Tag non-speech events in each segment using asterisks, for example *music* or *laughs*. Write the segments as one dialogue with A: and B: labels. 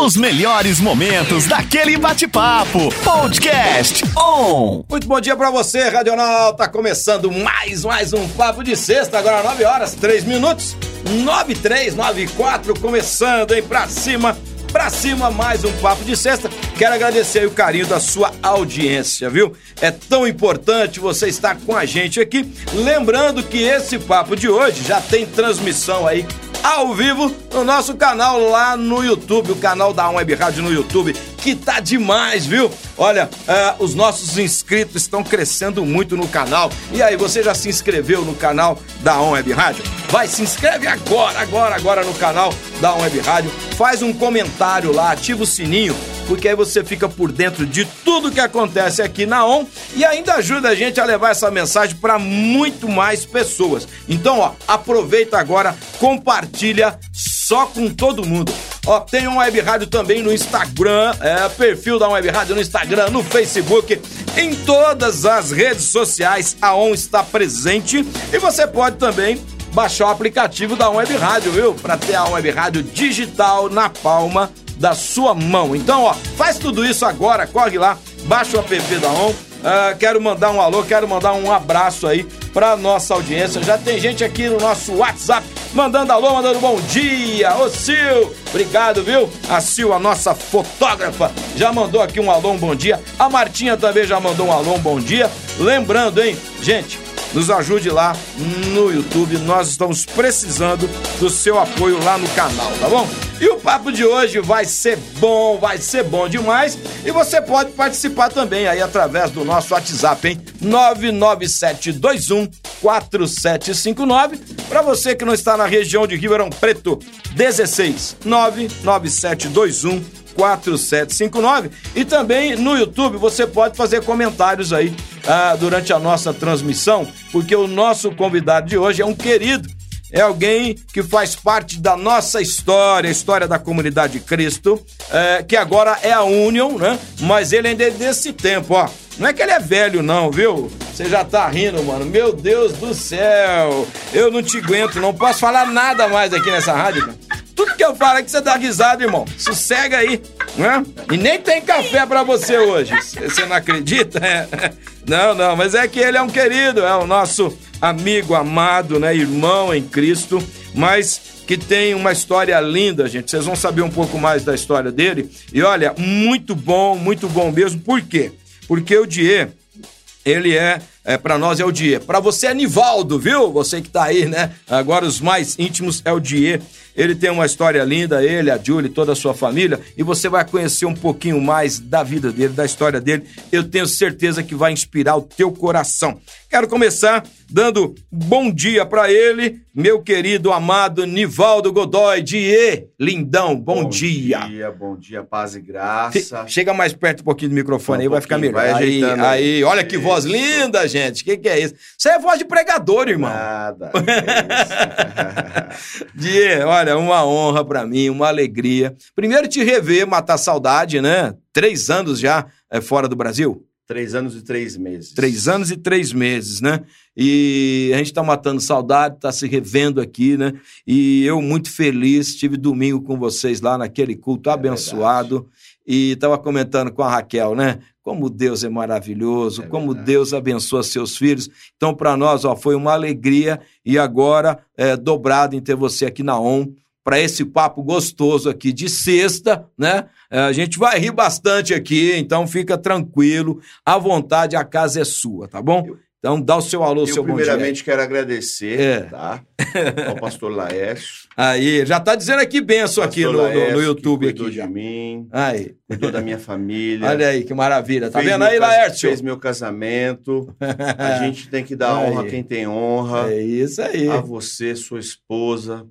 A: Os melhores momentos daquele bate-papo. Podcast
B: *laughs*
A: On.
B: Muito bom dia pra você, Radional. Tá começando mais, mais um Papo de Sexta, agora 9 horas, 3 minutos, 9, 3, 9, 4, começando, hein, pra cima, pra cima, mais um Papo de Sexta. Quero agradecer aí o carinho da sua audiência, viu? É tão importante você estar com a gente aqui. Lembrando que esse papo de hoje já tem transmissão aí ao vivo no nosso canal lá no YouTube, o canal da Web Rádio no YouTube, que tá demais, viu? Olha, ah, os nossos inscritos estão crescendo muito no canal. E aí, você já se inscreveu no canal da On Web Rádio? Vai, se inscreve agora, agora, agora no canal da On Web Rádio. Faz um comentário lá, ativa o sininho, porque aí você fica por dentro de tudo que acontece aqui na On e ainda ajuda a gente a levar essa mensagem para muito mais pessoas. Então, ó, aproveita agora, compartilha só com todo mundo. Ó, tem um Web Rádio também no Instagram, é, perfil da Web Rádio no Instagram, no Facebook, em todas as redes sociais, a ON está presente e você pode também baixar o aplicativo da Web Rádio, viu? Para ter a Web Rádio digital na palma da sua mão. Então, ó, faz tudo isso agora, corre lá, baixa o app da ON. Ah, quero mandar um alô, quero mandar um abraço aí pra nossa audiência. Já tem gente aqui no nosso WhatsApp mandando alô, mandando bom dia. Ô Sil, obrigado, viu? A Sil, a nossa fotógrafa, já mandou aqui um alô, um bom dia. A Martinha também já mandou um alô, um bom dia. Lembrando, hein, gente, nos ajude lá no YouTube. Nós estamos precisando do seu apoio lá no canal, tá bom? E o papo de hoje vai ser bom, vai ser bom demais. E você pode participar também aí através do nosso WhatsApp, hein? 99721 4759. Para você que não está na região de Ribeirão Preto, 16 99721 4759 e também no YouTube você pode fazer comentários aí ah, durante a nossa transmissão, porque o nosso convidado de hoje é um querido, é alguém que faz parte da nossa história, a história da comunidade de Cristo, eh, que agora é a Union, né? Mas ele ainda é desse tempo, ó. Não é que ele é velho, não, viu? Você já tá rindo, mano. Meu Deus do céu! Eu não te aguento, não posso falar nada mais aqui nessa rádio, cara. Tudo que eu falo é que você dá risada, irmão. Sossega aí, né? E nem tem café pra você hoje. C- Você não acredita? É. *laughs* Não, não, mas é que ele é um querido, é o nosso amigo amado, né? Irmão em Cristo, mas que tem uma história linda, gente. Vocês vão saber um pouco mais da história dele. E olha, muito bom, muito bom mesmo. Por quê? Porque o Dier, ele é, é para nós é o Die. Para você é Nivaldo, viu? Você que tá aí, né? Agora os mais íntimos é o Die. Ele tem uma história linda, ele, a Julie, toda a sua família, e você vai conhecer um pouquinho mais da vida dele, da história dele. Eu tenho certeza que vai inspirar o teu coração. Quero começar dando bom dia para ele, meu querido amado Nivaldo Godoy, Die, lindão, bom, dia.
C: Bom dia, paz e
B: Te-
C: graça.
B: Chega mais perto um pouquinho do microfone
C: Um
B: aí, vai ficar
C: pouquinho,
B: melhor.
C: vai
B: aí,
C: ajeitando aí.
B: aí, olha que voz
C: Isso.
B: linda, gente. O que, que é isso? Você é voz de pregador, irmão. *laughs*
C: Nada. que é isso. *laughs*
B: Die, olha, uma honra pra mim, uma alegria. Primeiro te rever, matar saudade, né? Três anos já é, fora do Brasil.
C: três anos e três meses.
B: Três anos e três meses, né? E a gente tá matando saudade, tá se revendo aqui, né? E eu muito feliz, estive domingo com vocês lá naquele
C: É
B: culto abençoado. E estava comentando com a Raquel, né? Como Deus é maravilhoso,
C: É
B: como
C: verdade.
B: Deus abençoa seus filhos. Então, para nós, ó, foi uma alegria e agora é dobrado em ter você aqui na ON para esse papo gostoso aqui de sexta, né? É, a gente vai rir bastante aqui, então fica tranquilo, à vontade, a casa é sua, tá bom?
C: Eu-
B: Então dá o seu alô,
C: Eu
B: seu bom dia.
C: primeiramente quero agradecer,
B: É. *laughs*
C: tá? Ao pastor Laércio.
B: Aí, já tá dizendo aqui benção aqui no,
C: Pastor
B: no- no
C: Laércio, que
B: YouTube
C: cuidou
B: aqui
C: de
B: já.
C: mim,
B: Aí,
C: cuidou da minha família.
B: olha aí que maravilha, tá
C: Fez
B: vendo
C: meu
B: aí,
C: cas-
B: Laércio? É.
C: Fez meu casamento. A gente tem que dar
B: Aí.
C: honra a quem tem honra.
B: *laughs* É isso aí.
C: A você, sua esposa,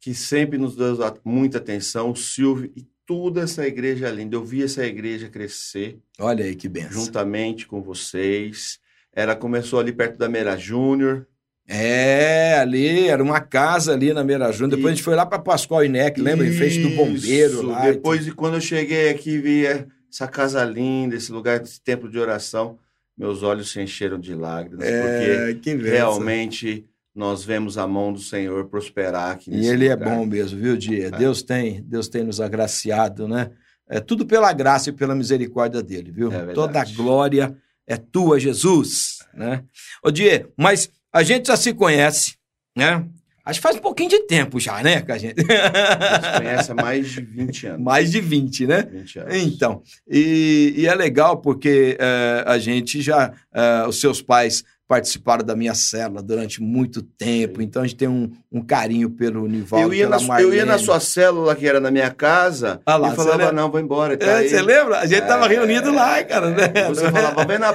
C: que sempre nos deu a- muita atenção. O Silvio e toda essa igreja linda. Eu vi essa igreja crescer.
B: Olha aí que benção.
C: juntamente com vocês. Ela começou ali perto da Meira Júnior.
B: É, ali, era uma casa ali na Meira Júnior. Depois a gente foi lá pra Pascoal Inec, lembra? Em frente do bombeiro
C: Isso.
B: lá. e
C: Depois de quando eu cheguei aqui, vi eh, essa casa linda, esse lugar, esse templo de oração. Meus olhos se encheram de lágrimas,
B: tudo. É, que
C: porque
B: benção.
C: realmente nós vemos a mão do Senhor prosperar aqui
B: E ele é bom mesmo, viu, Dia? Deus tem, Deus tem nos agraciado, né? É tudo pela graça e pela misericórdia dele, viu?
C: É verdade.
B: Toda a glória é tua, Jesus, né? Ô, Dia, mas a gente já se conhece, né? Acho que faz um pouquinho de tempo já, né, que a gente? *laughs*
C: Nos conhece há mais de 20 anos. *laughs*
B: Mais de 20, né?
C: 20 anos.
B: Então, e, e é legal porque eh, a gente já, eh, os seus pais participaram da minha célula durante muito tempo, então a gente tem um, um carinho pelo Nivaldo,
C: eu, ia
B: pela
C: na, su- eu ia na
B: Marlene.
C: sua célula, que era na minha casa,
B: Ah lá,
C: e
B: você
C: falava,
B: lembra?
C: não, vou embora. tá
B: É,
C: aí.
B: Você lembra? A gente estava
C: É,
B: reunido lá, cara, né? É,
C: Você falava, vem na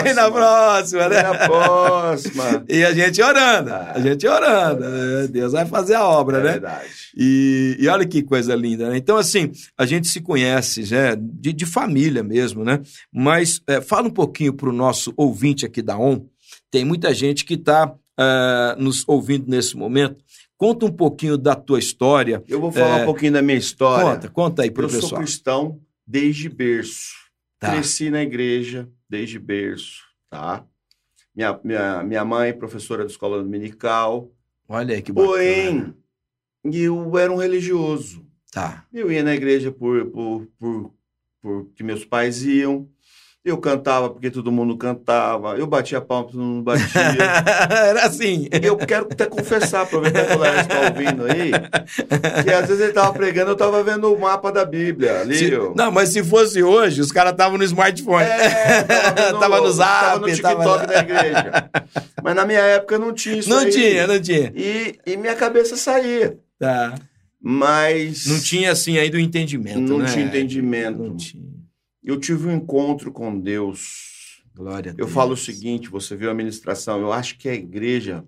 B: *laughs* Vem na próxima,
C: Vem
B: né?
C: na
B: *laughs*
C: próxima.
B: E a gente orando, a gente orando. né? Deus vai fazer a obra,
C: É
B: né?
C: verdade.
B: E, e olha que coisa linda, né? Então, assim, a gente se conhece, né? De, de família mesmo, né? Mas é, fala um pouquinho para o nosso ouvinte aqui da ON. Tem muita gente que está nos ouvindo nesse momento. Conta um pouquinho da tua história.
C: Eu vou falar
B: É.
C: um pouquinho da minha história.
B: Conta, conta aí pro
C: Eu sou
B: pessoal.
C: cristão desde berço.
B: Tá.
C: Cresci na igreja desde berço, tá? Minha, minha, minha mãe, professora de escola dominical.
B: Olha aí que bacana.
C: Porém, eu era um religioso.
B: Tá.
C: Eu ia na igreja por, por, por, por que meus pais iam. Eu cantava porque todo mundo cantava. Eu batia palma porque todo mundo batia.
B: *laughs* Era assim.
C: E eu quero até confessar, aproveitar que o Laércio está ouvindo aí, que às vezes ele estava pregando, eu estava vendo o mapa da Bíblia ali.
B: Se-
C: ó.
B: não, mas se fosse hoje, os caras estavam no smartphone.
C: É, tava,
B: *laughs*
C: vendo-
B: Tava no Zap,
C: tava no TikTok
B: tava-
C: da igreja. Mas na minha época não tinha isso
B: não
C: aí.
B: tinha, né? não tinha.
C: E, e minha cabeça saía.
B: Tá.
C: Mas
B: Não tinha, assim, ainda o entendimento,
C: não
B: né?
C: tinha entendimento.
B: Não tinha.
C: Eu tive um encontro com Deus.
B: Glória a
C: Eu
B: Deus.
C: falo o seguinte, você viu a ministração, eu acho que a igreja,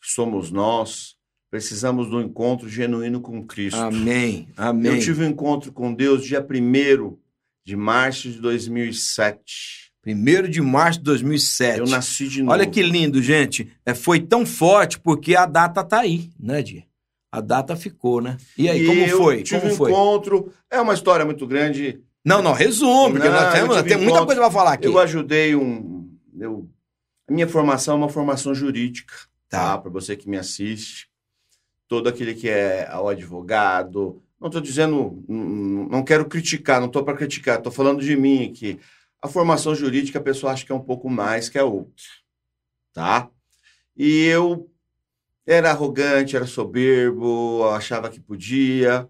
C: que somos nós, precisamos de um encontro genuíno com Cristo.
B: Amém. Amém.
C: Eu tive um encontro com Deus dia 1 de março de 2007.
B: Primeiro de março de 2007.
C: Eu nasci de novo.
B: Olha que lindo, gente. É, foi tão forte porque a data tá aí, né, Di? A data ficou, né? E aí, como
C: eu
B: foi?
C: Tive
B: Como
C: um
B: foi?
C: encontro. É uma história muito grande.
B: Não, não, resume, porque
C: Não,
B: nós
C: eu
B: temos,
C: tive um
B: nós temos
C: encontro.
B: muita coisa pra falar aqui.
C: Eu ajudei um. Eu, a minha formação é uma formação jurídica, tá?
B: Tá.
C: Para você que me assiste. Todo aquele que é o advogado. Não estou dizendo. hum, Não quero criticar, não estou para criticar, estou falando de mim aqui. A formação jurídica a pessoa acha que é um pouco mais que a outra, tá? E eu era arrogante, era soberbo, achava que podia.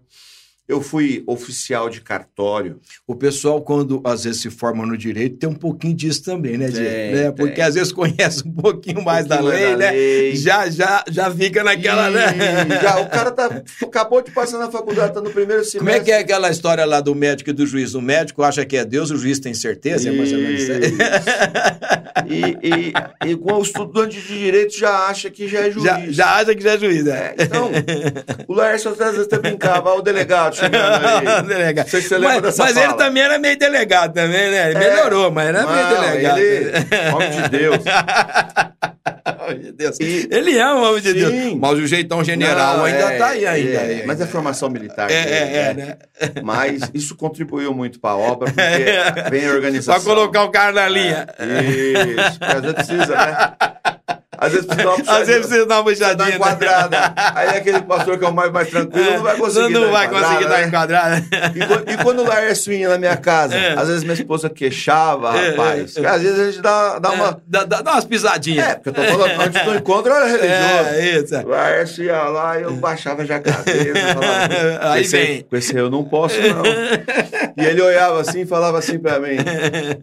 C: Eu fui oficial de cartório.
B: O pessoal, quando às vezes se forma no direito, tem um pouquinho disso também, né, Di?
C: Tem,
B: Né?
C: tem.
B: Porque às vezes conhece um pouquinho mais da
C: pouquinho
B: lei, né?
C: lei.
B: Já, já, já fica naquela, né?
C: Ih, já, o cara tá, acabou de passar na faculdade, tá no primeiro semestre.
B: Como é que é aquela história lá do médico e do juiz? O médico acha que é Deus, o juiz tem certeza? É mais ou menos isso aí.
C: E, e, e com o estudante de direito já acha que já é juiz.
B: Já, já acha que já é juiz, né?
C: É, então, o Laércio às vezes até brincava, ó, o
B: *laughs*
C: delegado chegando aí.
B: Delegado.
C: Não sei se é você lembra
B: é mas
C: dessa
B: mas ele
C: fala.
B: também era meio delegado também, né? Ele
C: É.
B: melhorou, mas era meio
C: Não,
B: delegado. *laughs*
C: ele- é, homem de Deus.
B: Homem de Deus.
C: E-
B: Ele é um homem de
C: Sim.
B: Deus. Mas o jeitão *laughs* general
C: Não,
B: ainda
C: é,
B: tá aí ainda.
C: é,
B: é,
C: mas é formação militar.
B: é,
C: dele,
B: é, é, né?
C: Mas isso contribuiu muito para
B: *laughs*
C: a obra, porque vem a
B: Só
C: organização. É.
B: colocar o cara na linha.
C: Isso, porque às vezes precisa, né? Às vezes precisa dar uma puxadinha,
B: Às vezes precisa dar uma né?
C: precisa dar uma
B: puxadinha.
C: enquadrada. Aí aquele pastor que é o mais, mais tranquilo um não vai conseguir
B: Não vai
C: enquadrada,
B: conseguir dar
C: né?
B: enquadrada.
C: E quan- E, quando o Laércio ia na minha casa, às vezes minha esposa queixava,
B: É,
C: rapaz.
B: é, é.
C: Às vezes a gente dá, dá uma...
B: Dá, dá- dá umas pisadinhas.
C: É, porque eu tô falando, antes do encontro eu era religioso.
B: É, isso. é.
C: O Laércio ia lá e eu baixava já a cabeça. Falava,
B: *laughs* Aí
C: "Com esse
B: vem.
C: Com esse eu não posso, não. E ele olhava assim e falava assim pra mim.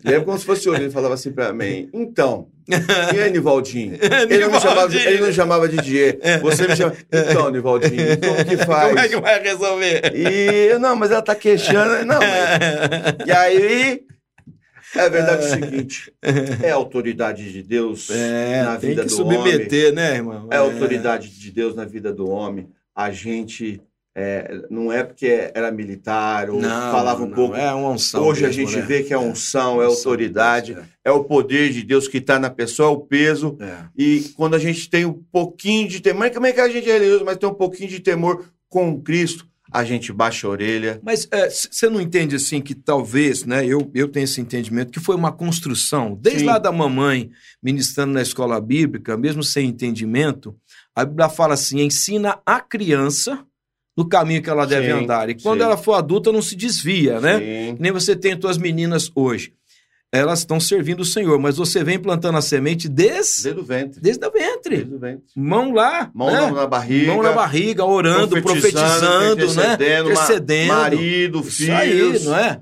C: Lembra como se fosse hoje, ele falava assim pra mim. Então, e
B: *laughs*
C: aí, Nivaldinho? Ele não me chamava, de- ele não me chamava de Dier. Você me chama. Então, Nivaldinho, como que faz?
B: *laughs* Como é que vai resolver?
C: E eu, não, mas ela tá queixando. Não, mas... E aí. É verdade o seguinte: é a autoridade de Deus
B: É,
C: na
B: tem
C: vida
B: que
C: do homem.
B: submeter, né, irmão?
C: É a autoridade de Deus na vida do homem. A gente. é, não é porque era militar ou
B: Não,
C: falava um
B: não,
C: pouco.
B: É uma unção.
C: Hoje a
B: mesmo,
C: gente
B: né?
C: vê que é unção, é autoridade,
B: É.
C: é o poder de Deus que está na pessoa, é o peso.
B: É.
C: E quando a gente tem um pouquinho de temor, como é que a gente é religioso, mas tem um pouquinho de temor com Cristo, a gente baixa a orelha.
B: Mas é, você não entende assim que talvez, né? Eu, eu tenho esse entendimento, que foi uma construção, desde
C: Sim.
B: lá da mamãe ministrando na escola bíblica, mesmo sem entendimento, a Bíblia fala assim: ensina a criança no caminho que ela deve
C: Sim,
B: andar. E quando
C: sim.
B: ela for adulta, não se desvia, né?
C: Sim.
B: Que nem você tem as tuas meninas hoje. Elas estão servindo o Senhor, mas você vem plantando a semente desde,
C: Desde o ventre.
B: desde o ventre.
C: Desde o ventre.
B: Mão lá.
C: Mão
B: né?
C: na- na barriga.
B: Mão na barriga, orando, profetizando, né?
C: intercedendo, ma-
B: Intercedendo.
C: Marido,
B: Isso aí,
C: filhos.
B: não é?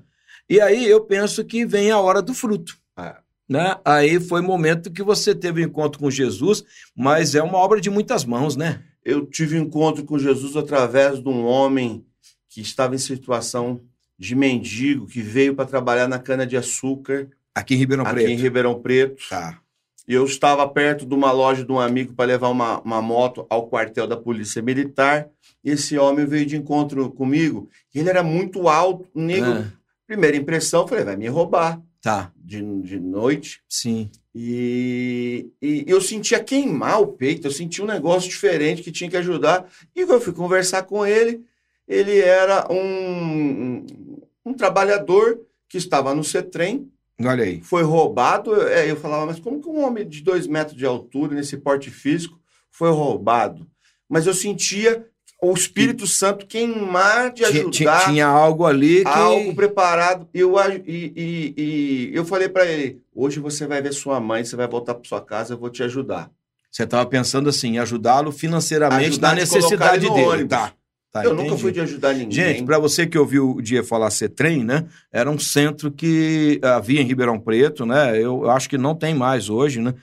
B: E aí eu penso que vem a hora do fruto.
C: É.
B: Né? Aí foi o momento que você teve o encontro com Jesus, mas é uma obra de muitas mãos, né?
C: Eu tive um encontro com Jesus através de um homem que estava em situação de mendigo, que veio para trabalhar na cana-de-açúcar,
B: Aqui em Ribeirão
C: aqui
B: Preto.
C: em Ribeirão Preto.
B: Tá.
C: E eu estava perto de uma loja de um amigo para levar uma, uma moto ao quartel da Polícia Militar. E esse homem veio de encontro comigo. E Ele era muito alto, negro.
B: É,
C: Primeira impressão, eu falei, vai me roubar
B: tá,
C: de, de noite.
B: sim.
C: E, e eu sentia queimar o peito, eu sentia um negócio diferente que tinha que ajudar. E eu fui conversar com ele. Ele era um, um, um trabalhador que estava no Cetrem,
B: Olha aí.
C: foi roubado. É, eu falava, mas como que um homem de dois metros de altura, nesse porte físico, foi roubado? Mas eu sentia o Espírito Santo queimar de
B: Tinha,
C: ajudar
B: tinha- tinha algo ali que.
C: algo preparado. E Eu, a- e, e- e eu falei para ele: hoje você vai ver sua mãe, você vai voltar para sua casa, eu vou te ajudar.
B: Você estava pensando assim, ajudá-lo financeiramente
C: Ajudar
B: na
C: de colocar
B: necessidade
C: ele no
B: dele.
C: ônibus.
B: Tá. tá,
C: eu nunca
B: entendi.
C: fui de ajudar ninguém.
B: Gente, para você que ouviu o dia falar Cetrem, né? Era um centro que eh, havia em Ribeirão Preto, né? Eu acho que não tem mais hoje, né?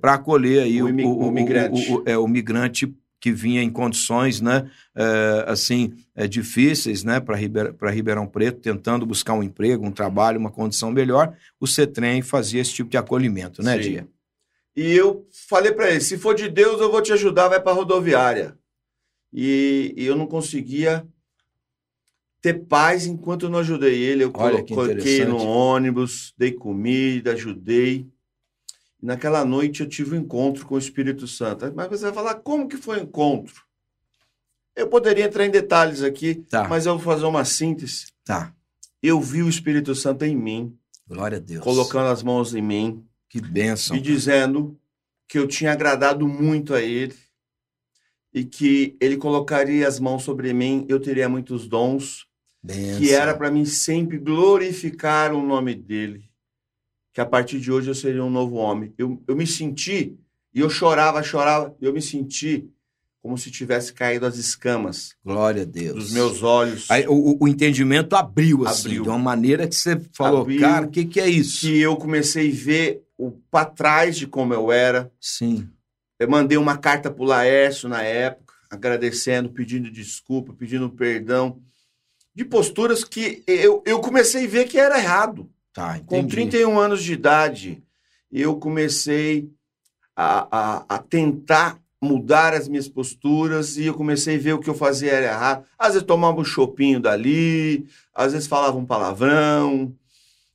B: para acolher aí
C: O
B: o,
C: imi- o migrante.
B: o- o- é, o migrante que vinha em condições, né? é, assim, é, difíceis, né? Para Ribeirão, Ribeirão Preto, tentando buscar um emprego, um trabalho, uma condição melhor. O Cetrem fazia esse tipo de acolhimento, né,
C: Sim.
B: Dia?
C: E eu falei para ele: se for de Deus, eu vou te ajudar, vai para rodoviária. E, e eu não conseguia ter paz enquanto eu não ajudei ele. Eu
B: Olha
C: colo-
B: que
C: coloquei no
B: interessante.
C: ônibus, dei comida, ajudei. E naquela noite eu tive um encontro com o Espírito Santo. Mas você vai falar, como que foi o encontro? Eu poderia entrar em detalhes aqui,
B: Tá,
C: mas eu vou fazer uma síntese.
B: tá.
C: Eu vi o Espírito Santo em mim,
B: Glória a Deus.
C: colocando as mãos em mim
B: Que bênção.
C: e dizendo que eu tinha agradado muito a ele e que ele colocaria as mãos sobre mim, eu teria muitos dons,
B: Bênção.
C: que era para mim sempre glorificar o nome dele, que a partir de hoje eu seria um novo homem. Eu, eu me senti, e eu chorava, chorava, eu me senti como se tivesse caído as escamas
B: Glória a Deus.
C: dos meus olhos,
B: Aí, o, o entendimento abriu, assim,
C: Abriu.
B: de uma maneira que você falou,
C: Abriu.
B: cara, o que, que é isso?
C: que eu comecei a ver o para trás de como eu era,
B: Sim,
C: Eu mandei uma carta pro Laércio na época, agradecendo, pedindo desculpa, pedindo perdão, de posturas que eu, eu comecei a ver que era errado.
B: tá,
C: Com
B: entendi.
C: 31 anos de idade, eu comecei a, a, a tentar mudar as minhas posturas e eu comecei a ver o que eu fazia era errado. Às vezes tomava um chopinho dali, às vezes falava um palavrão,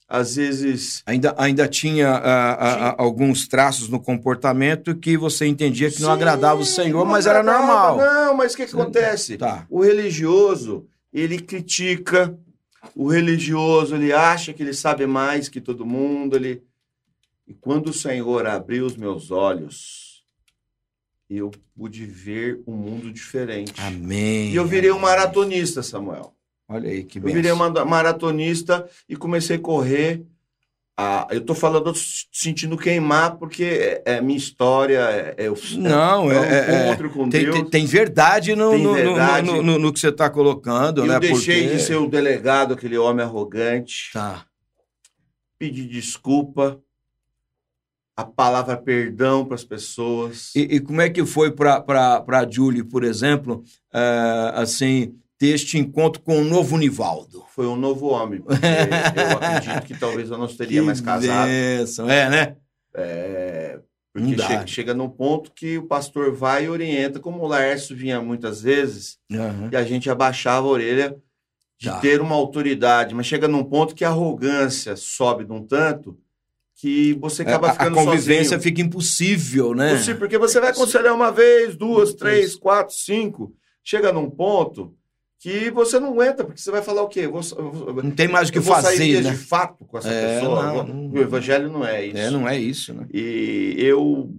C: às vezes
B: Ainda, ainda tinha ah, ah, ah, alguns traços no comportamento que você entendia que não
C: Sim,
B: agradava o Senhor,
C: não
B: mas era
C: agradava,
B: normal.
C: Não, mas o que, que
B: Sim.
C: acontece?
B: Tá,
C: O religioso, ele critica. O religioso, ele acha que ele sabe mais que todo mundo. Ele... E quando o Senhor abriu os meus olhos, eu pude ver um mundo diferente.
B: amém.
C: E eu virei um
B: amém.
C: maratonista, Samuel.
B: Olha aí, que
C: Eu
B: bênção.
C: virei uma maratonista e comecei a correr. Ah, eu tô falando, eu tô s- sentindo queimar, porque é, é minha história, é, é, eu-
B: Não, é...
C: é um
B: é- é-
C: encontro com
B: tem,
C: Deus.
B: tem- tem verdade no,
C: Tem
B: no- no-
C: verdade.
B: no- no- no que você está colocando,
C: Eu
B: né?
C: deixei
B: porque-
C: de ser o delegado, aquele homem arrogante.
B: Tá,
C: Pedi desculpa. A palavra perdão para as pessoas.
B: E, e como é que foi para a Julie, por exemplo, eh, assim, ter este encontro com o novo Nivaldo?
C: Foi um novo homem.
B: *laughs*
C: Porque eu acredito que talvez eu não seria é mais casado.
B: bênção, É, né?
C: É,
B: Não
C: porque
B: dá.
C: chega, chega num ponto que o pastor vai e orienta, como o Laércio vinha muitas vezes,
B: Aham.
C: e a gente abaixava a orelha de
B: Tá.
C: ter uma autoridade. Mas chega num ponto que a arrogância sobe de um tanto que você acaba
B: É, a, a
C: ficando
B: convivência
C: sozinho.
B: fica impossível, né?
C: Ou se- porque você vai aconselhar uma vez, duas, três, quatro, cinco. Chega num ponto que você não aguenta, porque você vai falar o quê? Eu vou, eu vou- eu
B: Não tem mais o que
C: vou sair
B: fazer, né?
C: de fato com essa
B: É,
C: pessoa.
B: não,
C: Eu vou-
B: não-
C: o evangelho não é isso.
B: É, não é isso, né?
C: E eu,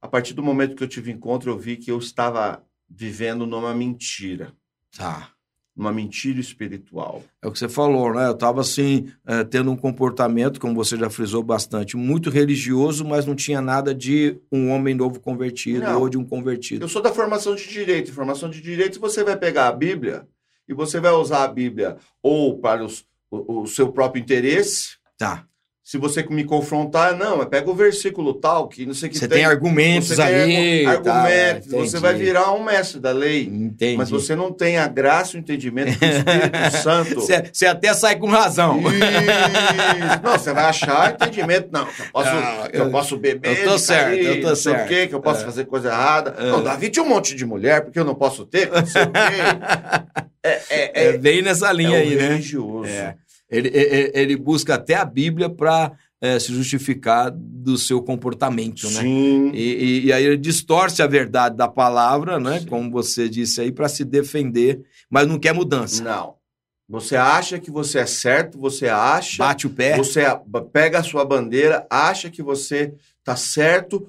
C: a partir do momento que eu tive encontro, eu vi que eu estava vivendo numa mentira,
B: Tá.
C: numa mentira espiritual.
B: É o que você falou, né? Eu estava assim, eh, tendo um comportamento, como você já frisou bastante, muito religioso, mas não tinha nada de um homem novo convertido
C: Não.
B: ou de um convertido.
C: Eu sou da formação de direito. Formação de direito, você vai pegar a Bíblia e você vai usar a Bíblia ou para os- o, o seu próprio interesse.
B: Tá.
C: Se você me confrontar, não, é pega o versículo tal que não sei o que
B: Você tem, argumentos
C: você
B: ali.
C: tem argu-
B: tá,
C: argumentos, você
B: entendi.
C: vai virar um mestre da lei.
B: Entendi.
C: Mas você não tem a graça e o entendimento do Espírito
B: *laughs*
C: Santo.
B: Você- é- você até sai com razão.
C: Isso. Não, você vai achar entendimento. Não, que eu posso,
B: Não,
C: que eu
B: eu-
C: posso beber.
B: eu tô
C: de
B: certo,
C: cair,
B: eu tô
C: não sei
B: certo.
C: o quê, que eu posso
B: É.
C: fazer coisa errada.
B: É.
C: Não, Davi tinha um monte de mulher, porque eu não posso ter, que não
B: *laughs*
C: sei o quê.
B: É, bem nessa linha
C: é
B: aí,
C: o
B: né?
C: religioso.
B: É. Ele, e- e- ele busca até a Bíblia para se justificar do seu comportamento, né?
C: Sim.
B: E, e- e aí ele distorce a verdade da palavra, né?
C: Sim.
B: Como você disse aí, para se defender, mas não quer mudança.
C: Não. Você acha que você é certo, você acha.
B: Bate o pé.
C: Você a- pega a sua bandeira, acha que você tá certo.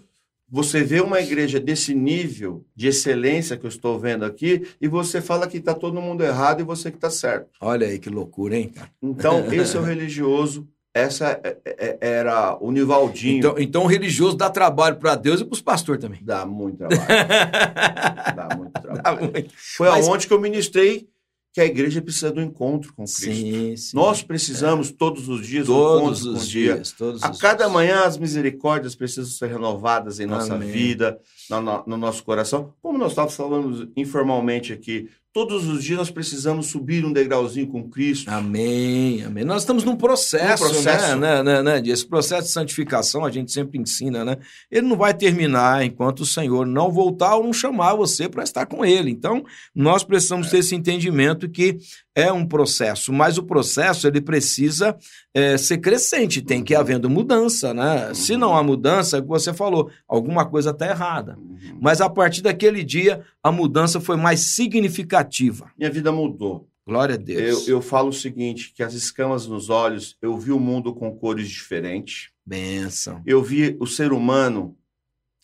C: Você vê uma igreja desse nível de excelência que eu estou vendo aqui e você fala que tá todo mundo errado e você que tá certo.
B: Olha aí que loucura, hein? cara? *laughs*
C: Então, esse é o religioso, essa é- é- era o Nivaldinho.
B: Então, então o religioso dá trabalho para Deus e para os pastores também. *laughs* Tá
C: Dá muito trabalho, dá muito
B: Dá
C: trabalho.
B: muito.
C: Foi
B: Mas-
C: aonde que eu ministrei que a igreja precisa do encontro com Cristo.
B: sim, sim.
C: Nós um precisamos todos os dias do
B: É. todos
C: encontro com
B: os
C: Deus.
B: dias, todos
C: A
B: os
C: cada
B: dias.
C: manhã as misericórdias precisam ser renovadas em nossa
B: Amém.
C: vida, na- na- no, nosso coração. Como nós estávamos falando informalmente aqui, todos os dias nós precisamos subir um degrauzinho com Cristo.
B: Amém, amém. Nós estamos num processo,
C: Num processo.
B: Né, né, né, né, de- Esse processo de santificação, a gente sempre ensina, né? Ele não vai terminar enquanto o Senhor não voltar ou não chamar você para estar com Ele. Então, nós precisamos ter esse entendimento que é um processo, mas o processo ele precisa eh, ser crescente, tem que ir havendo mudança, né?
C: Uhum.
B: Se não há mudança, é o que você falou, alguma coisa está errada.
C: Uhum.
B: Mas a partir daquele dia, a mudança foi mais significativa.
C: Minha vida mudou.
B: Glória a
C: Eu,
B: Deus.
C: eu falo o seguinte, que as escamas nos olhos, eu vi o mundo com cores diferentes.
B: Benção.
C: Eu vi o ser humano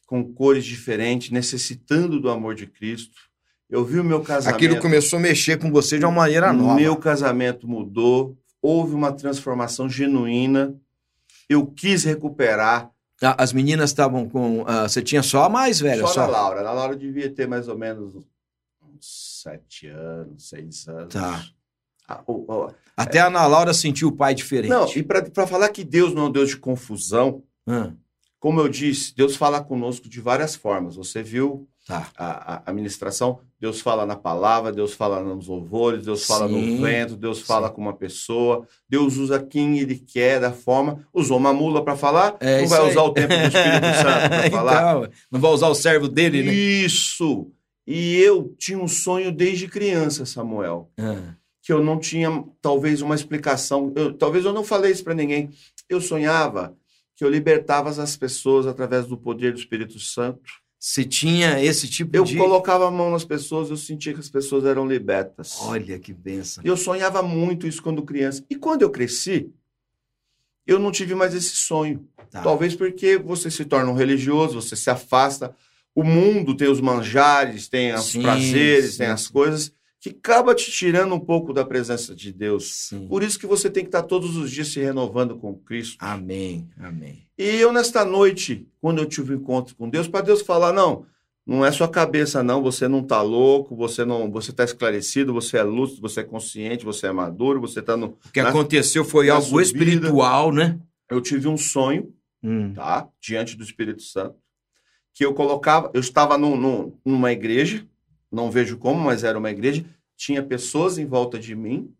C: com cores diferentes, necessitando do amor de Cristo. Eu vi o meu casamento...
B: Aquilo começou a mexer com você de uma maneira Tá nova.
C: Meu casamento mudou, houve uma transformação genuína. Eu quis recuperar.
B: Ah, As meninas estavam com. ah, você tinha só a mais velha,
C: só
B: só.
C: na Laura. Na Laura devia ter mais ou menos uns sete anos, seis anos.
B: Tá.
C: Ah, o- o-
B: Até a Ana Laura sentiu o pai diferente.
C: Não, e para falar que Deus não é um Deus de confusão,
B: Ah,
C: como eu disse, Deus fala conosco de várias formas. Você viu
B: tá.
C: a, a- a ministração? Deus fala na palavra, Deus fala nos louvores, Deus fala
B: Sim.
C: no vento, Deus fala com uma pessoa, Deus usa quem ele quer, da forma. Usou uma mula para falar,
B: É
C: não
B: isso
C: vai
B: aí.
C: usar o tempo do
B: *laughs*
C: Espírito Santo para falar.
B: Então, não vai usar o servo dele, né?
C: Isso! E eu tinha um sonho desde criança, Samuel,
B: Ah,
C: que eu não tinha talvez uma explicação. Eu- talvez eu não falei isso para ninguém. Eu sonhava que eu libertava as pessoas através do poder do Espírito Santo.
B: Você tinha esse tipo
C: Eu
B: de.
C: colocava a mão nas pessoas, eu sentia que as pessoas eram libertas.
B: Olha que benção.
C: E eu sonhava muito isso quando criança. E quando eu cresci, eu não tive mais esse sonho.
B: Tá.
C: Talvez porque você se torna um religioso, você se afasta. O mundo tem os manjares, tem os
B: Sim,
C: prazeres,
B: sim.
C: tem as coisas que acaba te tirando um pouco da presença de Deus.
B: Sim.
C: Por isso que você tem que estar todos os dias se renovando com Cristo.
B: Amém, amém.
C: E eu, nesta noite, quando eu tive um encontro com Deus, para Deus falar, não, não é sua cabeça, não, você não tá louco, você não, você tá esclarecido, você é lúcido, você é consciente, você é maduro, você tá no...
B: O que
C: Na-
B: aconteceu foi
C: na
B: algo
C: subida.
B: espiritual, né?
C: Eu tive um sonho,
B: Hum,
C: tá, diante do Espírito Santo, que eu colocava, eu estava num, num- numa igreja, não vejo como, mas era uma igreja, tinha pessoas em volta de mim,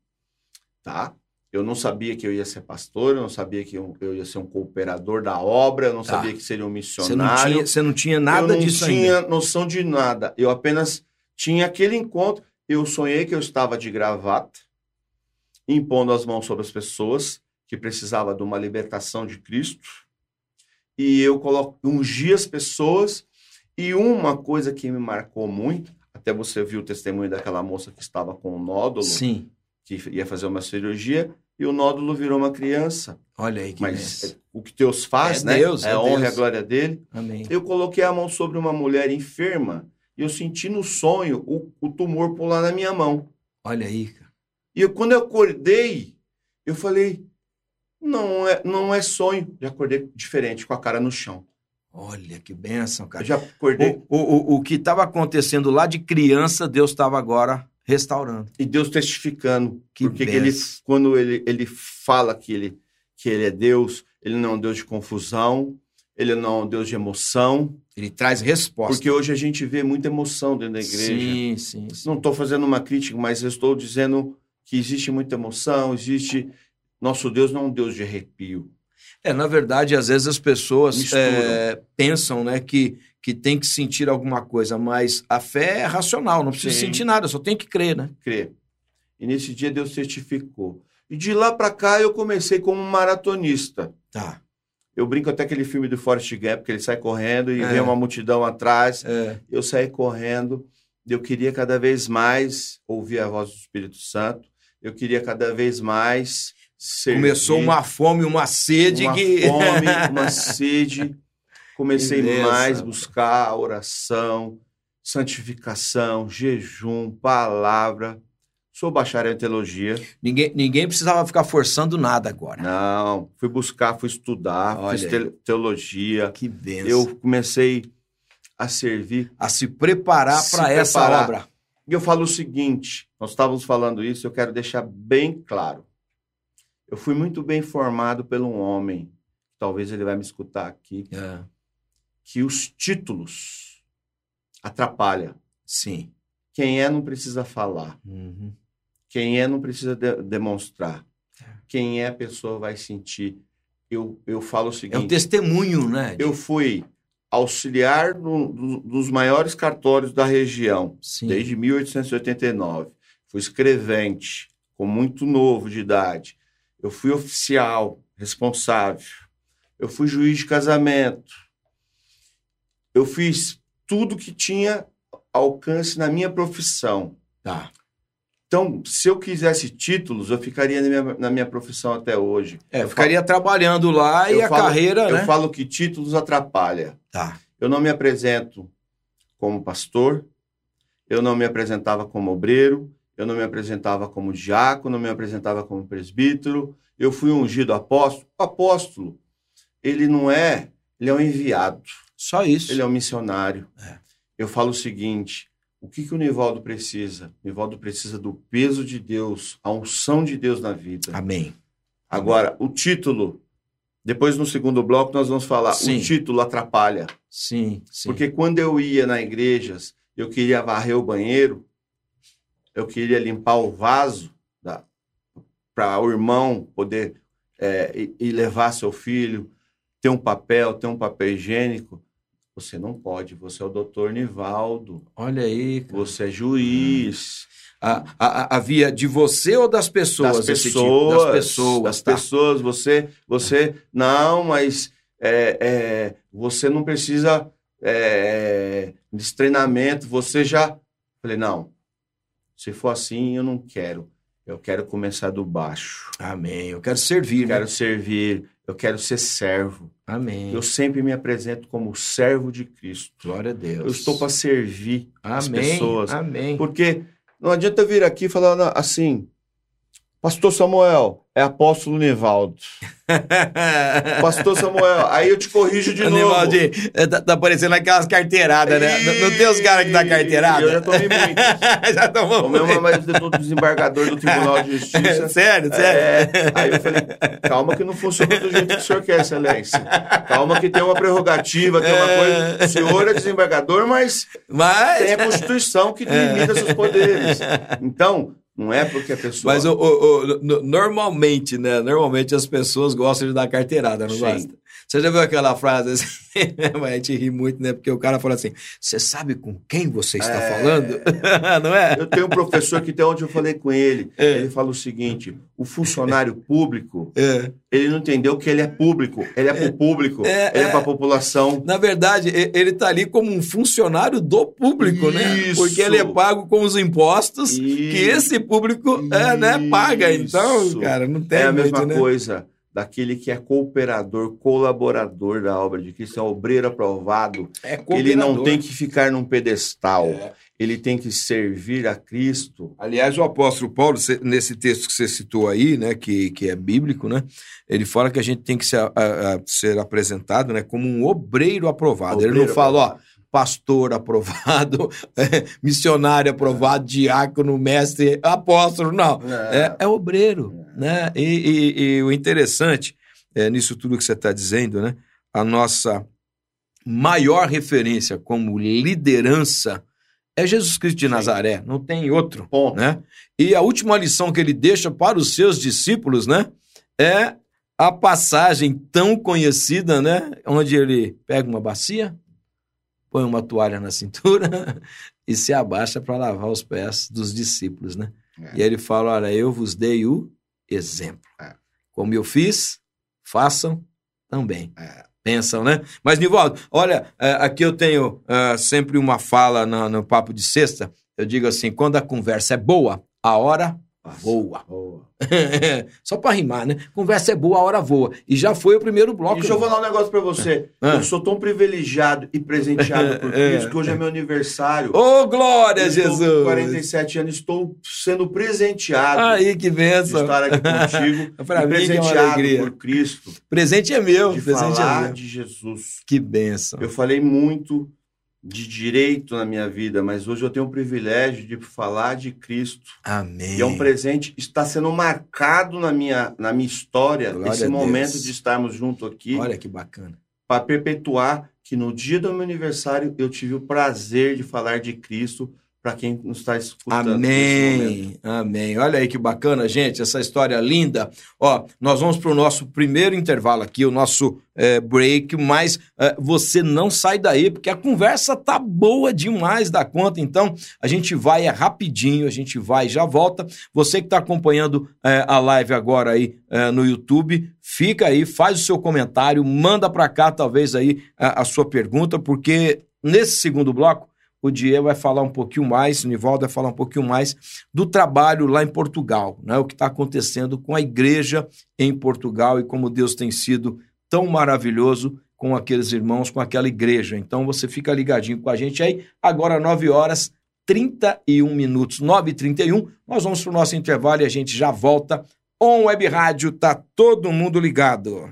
C: tá, eu não sabia que eu ia ser pastor, eu não sabia que eu, eu ia ser um cooperador da obra, eu não
B: Tá.
C: sabia que seria um
B: Você, não
C: missionário.
B: tinha, você não tinha nada
C: eu não
B: disso
C: tinha
B: ainda.
C: noção de nada. Eu apenas tinha aquele encontro. Eu sonhei que eu estava de gravata, impondo as mãos sobre as pessoas, que precisava de uma libertação de Cristo. E eu colo- ungi as pessoas. E uma coisa que me marcou muito, até Até você viu o testemunho daquela moça que estava com um nódulo,
B: Sim.
C: que ia fazer uma cirurgia, e o nódulo virou uma criança.
B: Olha aí que
C: Mas
B: benção.
C: é o que Deus faz,
B: É
C: né?
B: Deus,
C: é
B: é
C: a honra e a
B: Deus.
C: glória dele.
B: Amém.
C: Eu coloquei a mão sobre uma mulher enferma e eu senti no sonho o, o tumor pular na minha mão.
B: Olha aí, cara.
C: E eu- quando eu acordei, eu falei: não é, não é sonho. Já acordei diferente, com a cara no chão.
B: Olha que benção,
C: Eu
B: cara.
C: já acordei
B: O, o, o, o que estava acontecendo lá de criança, Deus estava agora restaurando.
C: e Deus testificando.
B: Que
C: porque que ele,
B: benção.
C: quando ele, ele fala que ele, que ele é Deus, ele não é um Deus de confusão, ele não é um Deus de emoção.
B: Ele traz resposta.
C: Porque hoje a gente vê muita emoção dentro da igreja.
B: Sim, sim, sim.
C: não estou fazendo uma crítica, mas eu estou dizendo que existe muita emoção, existe. Nosso Deus não é um Deus de arrepio.
B: É, na verdade, às vezes as pessoas
C: Misturam.
B: é, pensam né, que, que tem que sentir alguma coisa, mas a fé é racional, não precisa
C: Sim.
B: sentir nada, só tem que crer, né?
C: Crê. E nesse dia Deus certificou. E de lá para cá eu comecei como um maratonista.
B: Tá.
C: Eu brinco até aquele filme do Forrest Gump, que ele sai correndo e
B: É.
C: vê uma multidão atrás.
B: É,
C: Eu saí correndo. Eu queria cada vez mais ouvir a voz do Espírito Santo. Eu queria cada vez mais servir.
B: começou uma fome, uma sede
C: uma
B: que. *laughs*
C: fome, uma sede. Comecei
B: Beleza.
C: mais a buscar a oração, santificação, jejum, palavra. Sou bacharel em teologia.
B: ninguém, ninguém precisava ficar forçando nada agora.
C: Não, fui buscar, fui estudar,
B: Olha
C: fiz
B: aí.
C: te- teologia.
B: Que benção.
C: Eu comecei a servir.
B: A se preparar
C: Se
B: para essa
C: preparar.
B: obra.
C: E eu falo o seguinte, nós estávamos falando isso, eu quero deixar bem claro. Eu fui muito bem formado por um homem, talvez ele vai me escutar aqui,
B: É,
C: que os títulos atrapalham.
B: sim.
C: Quem é não precisa falar.
B: Uhum.
C: Quem é não precisa de- demonstrar.
B: É.
C: Quem é a pessoa vai sentir. Eu, eu falo o
B: É um
C: seguinte:
B: testemunho, né?
C: eu fui auxiliar do- do- dos maiores cartórios da região
B: Sim.
C: desde 1889. Fui escrevente, com muito novo de idade. Eu fui oficial, responsável. Eu fui juiz de casamento. Eu fiz tudo que tinha alcance na minha profissão.
B: Tá.
C: Então, se eu quisesse títulos, eu ficaria na minha, na minha profissão até hoje.
B: É,
C: Eu
B: ficaria trabalhando lá e
C: eu
B: a
C: falo-
B: carreira,
C: falo,
B: né?
C: Eu falo que títulos atrapalha.
B: Tá.
C: Eu não me apresento como pastor, eu não me apresentava como obreiro, eu não me apresentava como diácono, não me apresentava como presbítero, eu fui ungido apóstolo. O apóstolo, ele não é, ele é um enviado,
B: Só isso.
C: ele é um missionário.
B: É.
C: Eu falo o seguinte, o que, que o Nivaldo precisa? O Nivaldo precisa do peso de Deus, a unção de Deus na vida.
B: Amém.
C: Agora, o título, depois no segundo bloco nós vamos falar,
B: Sim.
C: o título atrapalha.
B: Sim, sim.
C: Porque quando eu ia na igrejas, eu queria varrer o banheiro, eu queria limpar o vaso para o irmão poder é, e, e levar seu filho, ter um papel, ter um papel higiênico. Você não pode, você é o doutor Nivaldo,
B: Olha aí, cara.
C: você é juiz.
B: A- a- a- havia de você ou das pessoas?
C: das
B: esse
C: pessoas,
B: tipo? Das pessoas.
C: das
B: tá.
C: pessoas, Você, você não, mas é, é, você não precisa é, desse treinamento. Você já, falei não. Se for assim, eu não quero. Eu quero começar do baixo.
B: Amém. Eu quero servir,
C: Eu
B: né?
C: quero servir. Eu quero ser servo.
B: Amém.
C: Eu sempre me apresento como servo de Cristo.
B: Glória a Deus.
C: Eu estou para servir.
B: Amém.
C: as pessoas.
B: Amém.
C: Porque não adianta eu vir aqui falando assim, Pastor Samuel, é apóstolo Nivaldo. Pastor Samuel, aí eu te corrijo de
B: Animal
C: novo.
B: de, é, tá, tá parecendo aquelas carteiradas, né? Não, não tem os caras que dá carteirada?
C: Eu já tomei muito.
B: *laughs* Já tomou.
C: Tomei uma
B: muito.
C: mais do desembargador do Tribunal de
B: *laughs*
C: Justiça.
B: sério, sério.
C: É, aí eu falei, calma que não funciona do jeito que o senhor quer, excelência. Calma que tem uma prerrogativa, tem uma coisa. O senhor é desembargador, mas
B: Mas.
C: tem a Constituição que limita seus poderes. Então, não é porque a pessoa...
B: Mas o, o- o- no- normalmente, né? Normalmente as pessoas gostam de dar carteirada, não
C: Sim.
B: gostam? Você já viu aquela frase assim? *laughs* A gente ri muito, né? Porque o cara fala assim: você sabe com quem você está
C: É.
B: falando? *laughs* Não é?
C: Eu tenho um professor que até onde eu falei com ele.
B: É.
C: Ele fala o seguinte: o funcionário público,
B: É.
C: ele não entendeu que ele é público. Ele é pro público,
B: É,
C: ele é
B: é.
C: pra população.
B: Na verdade, e- ele tá ali como um funcionário do público, né?
C: Isso.
B: Porque ele é pago com os impostos que esse público é, né, paga. Então,
C: Isso.
B: cara, não tem
C: É a
B: muito,
C: mesma
B: né?
C: coisa daquele que é cooperador, colaborador da obra de Cristo, é obreiro aprovado.
B: É
C: Ele não
B: cooperador.
C: tem que ficar num pedestal.
B: É.
C: Ele tem que servir a Cristo.
B: Aliás, o apóstolo Paulo, cê- nesse texto que você citou aí, né, que, que é bíblico, né, ele fala que a gente tem que ser, a- a- a- ser apresentado né, como um obreiro aprovado. ele
C: Obreiro
B: não fala, ó, pastor aprovado, *laughs* é, missionário aprovado, diácono, mestre, apóstolo, não. É, é obreiro, né? E, e- e o interessante é, nisso tudo que você está dizendo, né? A nossa maior referência como liderança é Jesus Cristo de
C: Sim.
B: Nazaré, não tem outro,
C: Ponto.
B: né? E a última lição que ele deixa para os seus discípulos, né? É a passagem tão conhecida, né? Onde ele pega uma bacia, põe uma toalha na cintura *laughs* e se abaixa para lavar os pés dos discípulos, né?
C: É.
B: E aí ele fala: Olha, eu vos dei o exemplo.
C: É.
B: Como eu fiz, façam também.
C: É.
B: Pensam, né? Mas, Nivaldo, olha, é, aqui eu tenho é, sempre uma fala na- no, Papo de Sexta. Eu digo assim: quando a conversa é boa, a hora *laughs*
C: Nossa,
B: voa.
C: boa.
B: Só para rimar, né? Conversa é boa, a hora voa. E já foi o primeiro bloco. né?
C: Deixa eu falar um negócio
B: *laughs*
C: pra você.
B: Ah.
C: Eu sou tão privilegiado e presenteado por
B: *laughs* É.
C: Cristo que hoje é meu aniversário.
B: Ô, glória,
C: Eu estou com
B: Jesus!
C: 47 anos, estou sendo presenteado
B: Aí, que
C: de
B: benção.
C: estar
B: *laughs*
C: aqui contigo.
B: Pra
C: e
B: mim que é uma
C: presenteado
B: alegria.
C: por Cristo.
B: Presente é meu.
C: de
B: presente é
C: falar
B: meu.
C: de Jesus.
B: Que benção.
C: Eu falei muito de direito na minha vida, mas hoje eu tenho o privilégio de falar de Cristo.
B: Amém.
C: E é um presente, está sendo marcado na minha, na minha história,
B: Glória a
C: esse
B: Deus.
C: momento de estarmos junto aqui,
B: Olha que bacana.
C: para perpetuar que no dia do meu aniversário eu tive o prazer de falar de Cristo para quem nos está escutando. nesse
B: *laughs*
C: momento.
B: Amém. Amém. Olha aí que bacana, gente, essa história linda. Ó, nós vamos para o nosso primeiro intervalo aqui, o nosso eh, break, mas eh, você não sai daí, porque a conversa tá boa demais da conta. Então, a gente vai é rapidinho, a gente vai e já volta. Você que está acompanhando eh, a live agora aí eh, no YouTube, fica aí, faz o seu comentário, manda para cá talvez aí a, a sua pergunta, porque nesse segundo bloco o Diego vai falar um pouquinho mais, o Nivaldo vai falar um pouquinho mais do trabalho lá em Portugal, né? o que está acontecendo com a igreja em Portugal e como Deus tem sido tão maravilhoso com aqueles irmãos, com aquela igreja. Então você fica ligadinho com a gente aí. Agora, 9 horas 31 minutos, 9 e 31 Nós vamos para o nosso intervalo e a gente já volta. On Web Rádio, tá todo mundo ligado.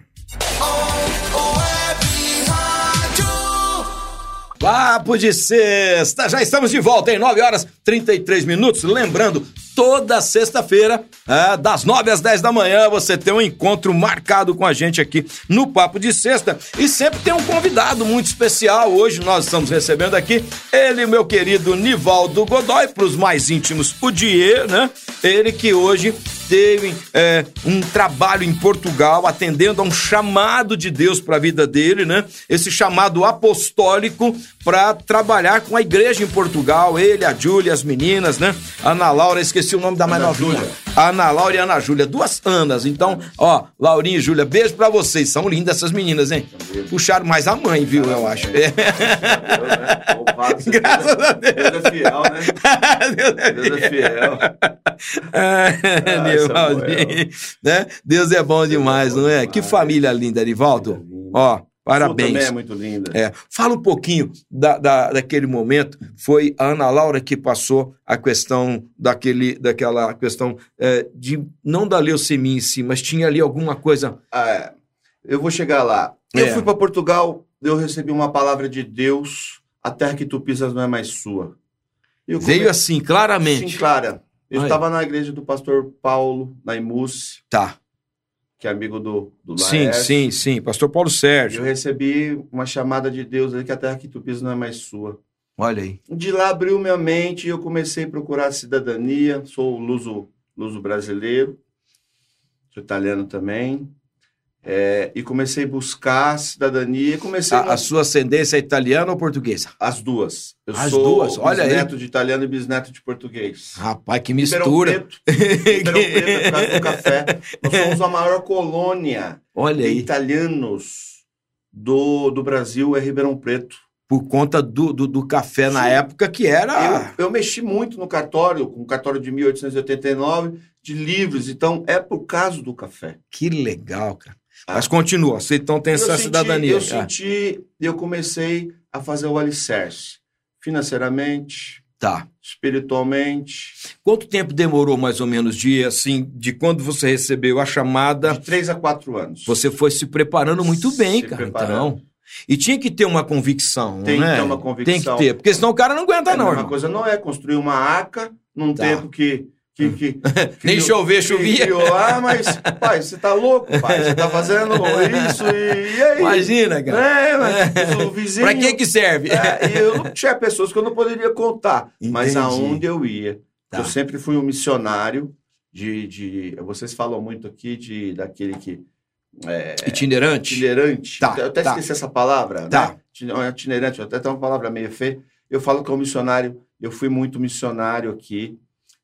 B: Papo de sexta, já estamos de volta em 9 horas 33 minutos. Lembrando, toda sexta-feira, ah, das 9 às 10 da manhã, você tem um encontro marcado com a gente aqui no Papo de Sexta. E sempre tem um convidado muito especial. Hoje nós estamos recebendo aqui ele, meu querido Nivaldo Godoy, para os mais íntimos, o Die, né? Ele que hoje teve é, um trabalho em Portugal, atendendo a um chamado de Deus para a vida dele, né? Esse chamado apostólico para trabalhar com a igreja em Portugal. Ele, a Júlia, as meninas, né? Ana Laura, esqueci o nome da mais
C: Ana
B: novinha.
C: Júlia.
B: Ana Laura e Ana Júlia, duas Anas. Então, ó, Laurinha e Júlia, beijo para vocês. São lindas essas meninas, hein? Puxaram mais a mãe, viu? Eu acho. *laughs* É.
C: Deus, né? Louvado seja
B: Graças a Deus.
C: Deus é fiel, né? Deus é fiel.
B: *laughs* Ah,
C: Samuel.
B: Nivaldo, né? Deus é bom demais,
C: bom
B: não é?
C: demais.
B: Que família linda, Nivaldo. Ó,
C: Sua também é
B: parabéns.
C: muito linda.
B: É, fala um pouquinho da, da- daquele momento. Foi a Ana Laura que passou a questão daquele, daquela questão é, de não da leucemia em si, mas tinha ali alguma coisa.
C: Ah, é. eu vou chegar lá.
B: É.
C: Eu fui para Portugal, eu recebi uma palavra de Deus, a terra que tu pisas não é mais sua. Eu
B: Veio assim, claramente.
C: Sim, Clara. Eu
B: Olha.
C: estava na igreja do pastor Paulo, na Imus,
B: Tá.
C: que é amigo do, do
B: Sim,
C: Laércio.
B: sim, sim. Pastor Paulo
C: E Eu
B: Sérgio.
C: recebi uma chamada de Deus ali que a terra que tu pisas não é mais sua.
B: Olha aí.
C: De lá abriu minha mente e eu comecei a procurar cidadania. Sou luso, luso brasileiro, sou italiano também. É, e comecei a buscar cidadania e comecei
B: A, a sua ascendência é italiana ou portuguesa?
C: as duas. Eu
B: As
C: sou
B: duas, olha aí.
C: bisneto de italiano e bisneto de português.
B: Rapaz, que
C: Ribeirão
B: mistura. *laughs*
C: Preto, Ribeirão Preto é por causa do café. Nós somos a maior colônia
B: Olha
C: de
B: aí,
C: italianos do, do Brasil, é Ribeirão Preto.
B: por conta do, do, do café na
C: Sim.
B: época que era.
C: Eu, eu mexi muito no cartório, com o cartório de 1889, de livros. Então, é por causa do café.
B: Que legal, cara.
C: Ah.
B: Mas continua, você então tem essa
C: eu
B: cidadania.
C: Eu
B: Ah,
C: senti, eu comecei a fazer o alicerce. Financeiramente,
B: Tá.
C: espiritualmente,
B: Quanto tempo demorou mais ou menos de assim, de quando você recebeu a chamada?
C: de três a quatro anos.
B: Tá. Você foi se preparando muito bem,
C: Se
B: cara.
C: preparando.
B: Então. E tinha que ter uma convicção,
C: Tem que
B: né?
C: ter uma convicção.
B: Tem que ter, porque senão o cara não aguenta,
C: é
B: não,
C: a mesma
B: irmão.
C: coisa não é construir uma aca num
B: Tá.
C: tempo que. que, que
B: *laughs* Nem
C: criou-
B: chover,
C: que
B: chovia.
C: criou. Ah, mas, pai, você tá louco, pai? Você
B: *laughs*
C: tá fazendo isso e, e aí?
B: Imagina, cara.
C: É, mas o vizinho.
B: Pra que que serve?
C: É, e eu não tinha pessoas que eu não poderia contar. Mas
B: Entendi.
C: aonde eu ia?
B: Tá.
C: Eu sempre fui um missionário de, de- Vocês falam muito aqui de daquele que.
B: *laughs* Itinerante?
C: Itinerante.
B: Tá,
C: eu até
B: tá.
C: esqueci essa palavra.
B: Tá.
C: Né? Ti- não, é Itinerante, até tem uma palavra meio feia. Eu falo que é um missionário. Eu fui muito missionário aqui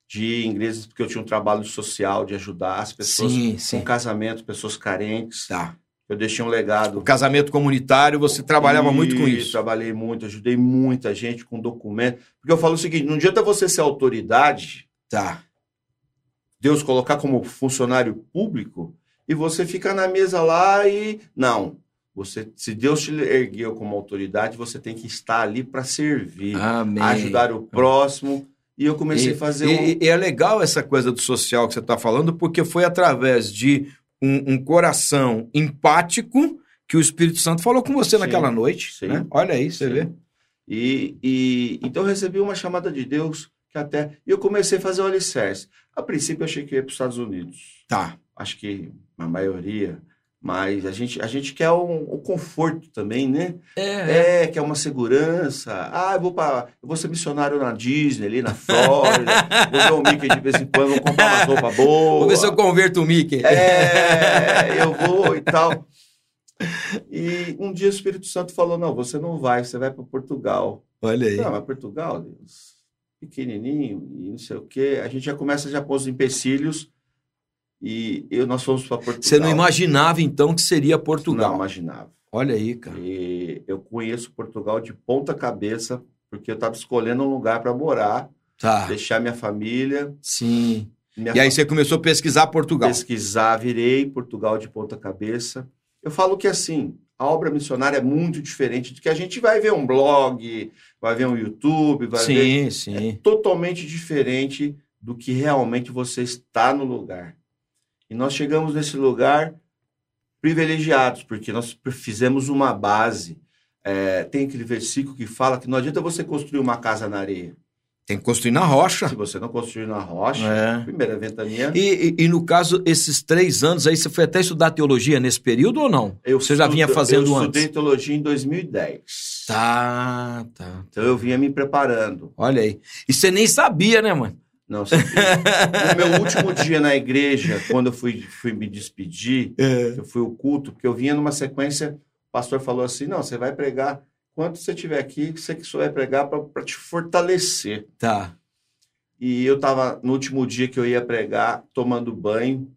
C: de ingleses, porque eu tinha um trabalho social de ajudar as pessoas
B: Sim,
C: com
B: sim.
C: casamento, pessoas carentes.
B: Tá.
C: Eu deixei um
B: O
C: legado.
B: casamento comunitário, você trabalhava muito com
C: E
B: isso.
C: Trabalhei muito, ajudei muita gente com documento. Porque eu falo o seguinte: não adianta você ser autoridade,
B: Tá.
C: Deus colocar como funcionário público, e você ficar na mesa lá e. Não. Você, se Deus te ergueu como autoridade, você tem que estar ali para servir,
B: Amém.
C: ajudar o próximo. E eu comecei a fazer um.
B: E, e é legal essa coisa do social que você está falando, porque foi através de um, um coração empático que o Espírito Santo falou com você
C: Sim,
B: naquela noite.
C: sim.
B: né? Olha aí, você vê.
C: E, e- então eu recebi uma chamada de Deus que até. E eu comecei a fazer o alicerce. A princípio eu achei que eu ia para os Estados Unidos.
B: Tá.
C: acho que a maioria, mas a gente, a gente quer um, um conforto também, né? É, quer uma segurança. Ah, eu vou para, eu vou ser missionário na Disney, ali
B: *laughs*
C: na Flórida, vou ver o Mickey de vez em quando, vou comprar uma roupa boa.
B: Vou ver se eu converto o Mickey.
C: É, eu vou e tal. E um dia o Espírito Santo falou: "Não, você não vai, você vai para Portugal".
B: *laughs* Olha aí.
C: Não, é mas Portugal, Deus, pequenininho e não sei o quê. A gente já começa já pôr os empecilhos e eu, nós fomos para Portugal.
B: Você não imaginava, então, que seria
C: Não
B: Portugal. Tá.
C: imaginava.
B: Olha aí, cara.
C: E eu conheço Portugal de ponta cabeça porque eu estava escolhendo um lugar para morar,
B: Tá.
C: deixar minha família.
B: Sim.
C: Minha
B: E aí você começou a pesquisar Portugal.
C: pesquisar, virei Portugal de ponta cabeça. Eu falo que assim, a obra missionária é muito diferente do que a gente vai ver um blog, vai ver um YouTube, vai
B: Sim,
C: ver
B: sim.
C: totalmente diferente do que realmente você está no lugar. E nós chegamos nesse lugar privilegiados, porque nós fizemos uma base. É, tem aquele versículo que fala que não adianta você construir uma casa na areia.
B: Tem que construir na rocha.
C: Se você não construir na rocha,
B: É.
C: primeira ventania.
B: E, e- e no caso, esses três anos aí, você foi até estudar teologia nesse período ou não? você já
C: estudo-
B: vinha fazendo
C: eu
B: antes?
C: estudei teologia em 2010.
B: Tá, tá.
C: Então eu vinha me preparando.
B: Olha aí. E você nem sabia, né,
C: *laughs*
B: mano?
C: Não, sabia? no meu último dia na igreja, quando eu fui, fui me despedir,
B: É.
C: Eu fui o culto, porque eu vinha numa sequência, o pastor falou assim: não, você vai pregar quanto você tiver aqui, você que só vai pregar para te fortalecer.
B: Tá.
C: E eu estava no último dia que eu ia pregar, tomando banho,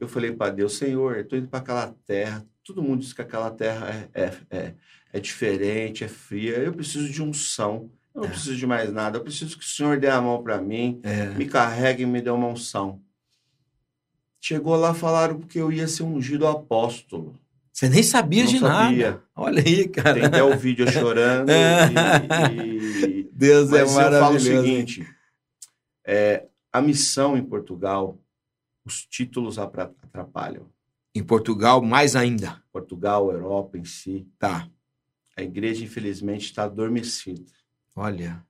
C: eu falei para Deus: Senhor, eu estou indo para aquela terra, todo mundo diz que aquela terra é, é, é, é diferente, é fria, eu preciso de unção, eu não
B: É.
C: preciso de mais nada, eu preciso que o Senhor dê a mão para mim,
B: É.
C: me carregue e me dê uma unção. Chegou lá, falaram que eu ia ser ungido apóstolo.
B: Você nem sabia
C: Não
B: de
C: sabia.
B: nada. Olha aí,
C: Tem
B: cara.
C: até o vídeo eu chorando. e, e-
B: Deus
C: Mas
B: é
C: eu falo o
B: maravilhoso.
C: seguinte: é, a missão em Portugal, os títulos apra- atrapalham.
B: Em Portugal, mais ainda.
C: Portugal, Europa em si,
B: Tá.
C: a igreja, infelizmente, está adormecida.
B: Olha.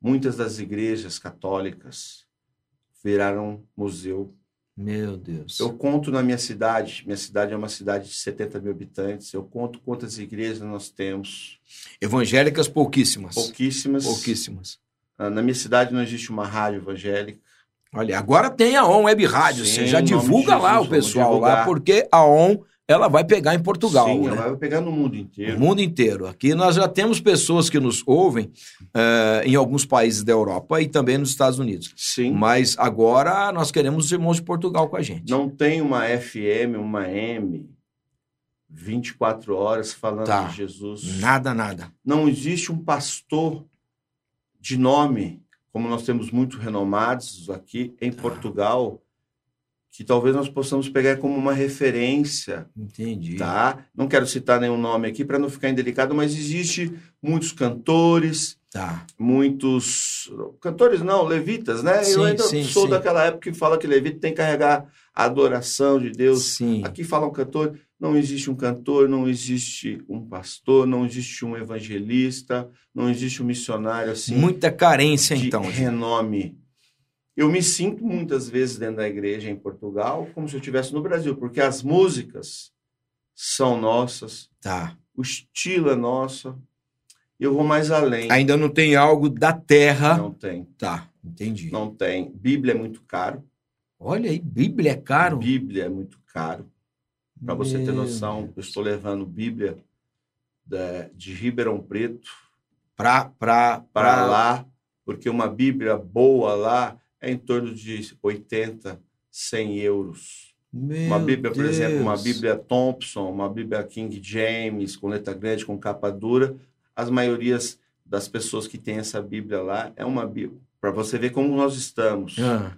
C: Muitas das igrejas católicas viraram museu.
B: Meu Deus.
C: Eu conto na minha cidade, minha cidade é uma cidade de 70 mil habitantes, eu conto quantas igrejas nós temos.
B: Evangélicas pouquíssimas.
C: Pouquíssimas.
B: Pouquíssimas.
C: Ah, Na minha cidade não existe uma rádio evangélica.
B: Olha, agora tem a ON Web Rádio.
C: Sim,
B: você já
C: em nome de
B: divulga lá
C: Jesus,
B: o
C: vamos
B: pessoal lá,
C: divulgar.
B: porque a ON ela vai pegar em Portugal.
C: Sim,
B: né?
C: ela vai pegar no mundo
B: O
C: inteiro.
B: mundo inteiro. Aqui nós já temos pessoas que nos ouvem eh, em alguns países da Europa e também nos Estados Unidos.
C: Sim.
B: Mas agora nós queremos os irmãos de Portugal com a gente.
C: Não tem uma FM, uma M 24 horas falando
B: Tá.
C: de Jesus.
B: Nada, nada.
C: Não existe um pastor de nome, como nós temos muito renomados aqui em
B: Tá.
C: Portugal, que talvez nós possamos pegar como uma referência
B: Entendi.
C: tá? Não quero citar nenhum nome aqui para não ficar indelicado, mas existe muitos cantores,
B: Tá.
C: muitos cantores não, levitas, né?
B: Sim,
C: Eu ainda
B: sim,
C: sou
B: sim.
C: daquela época que fala que levita tem que carregar a adoração de Deus.
B: Sim.
C: Aqui fala um cantor, não existe um cantor, não existe um pastor, não existe um evangelista, não existe um missionário assim
B: Muita carência,
C: de
B: então.
C: renome. Eu me sinto muitas vezes dentro da igreja em Portugal como se eu estivesse no Brasil, porque as músicas são nossas,
B: Tá.
C: o estilo é nosso. Eu vou mais além.
B: Ainda não tem algo da terra.
C: Não tem,
B: Tá. Entendi.
C: não tem. Bíblia é muito caro.
B: Olha aí, Bíblia é caro.
C: Bíblia é muito caro. Para você ter
B: Meu
C: noção,
B: Deus.
C: eu estou levando Bíblia da- de Ribeirão Preto
B: Pra, pra,
C: para
B: pra-
C: lá, porque uma Bíblia boa lá é em torno de 80, 100 euros.
B: Meu
C: Uma Bíblia, por exemplo, uma
B: Deus.
C: Bíblia Thompson, uma Bíblia King James, com letra grande, com capa dura, as maiorias das pessoas que têm essa Bíblia lá é uma Bíblia. Para você ver como nós estamos.
B: Ah,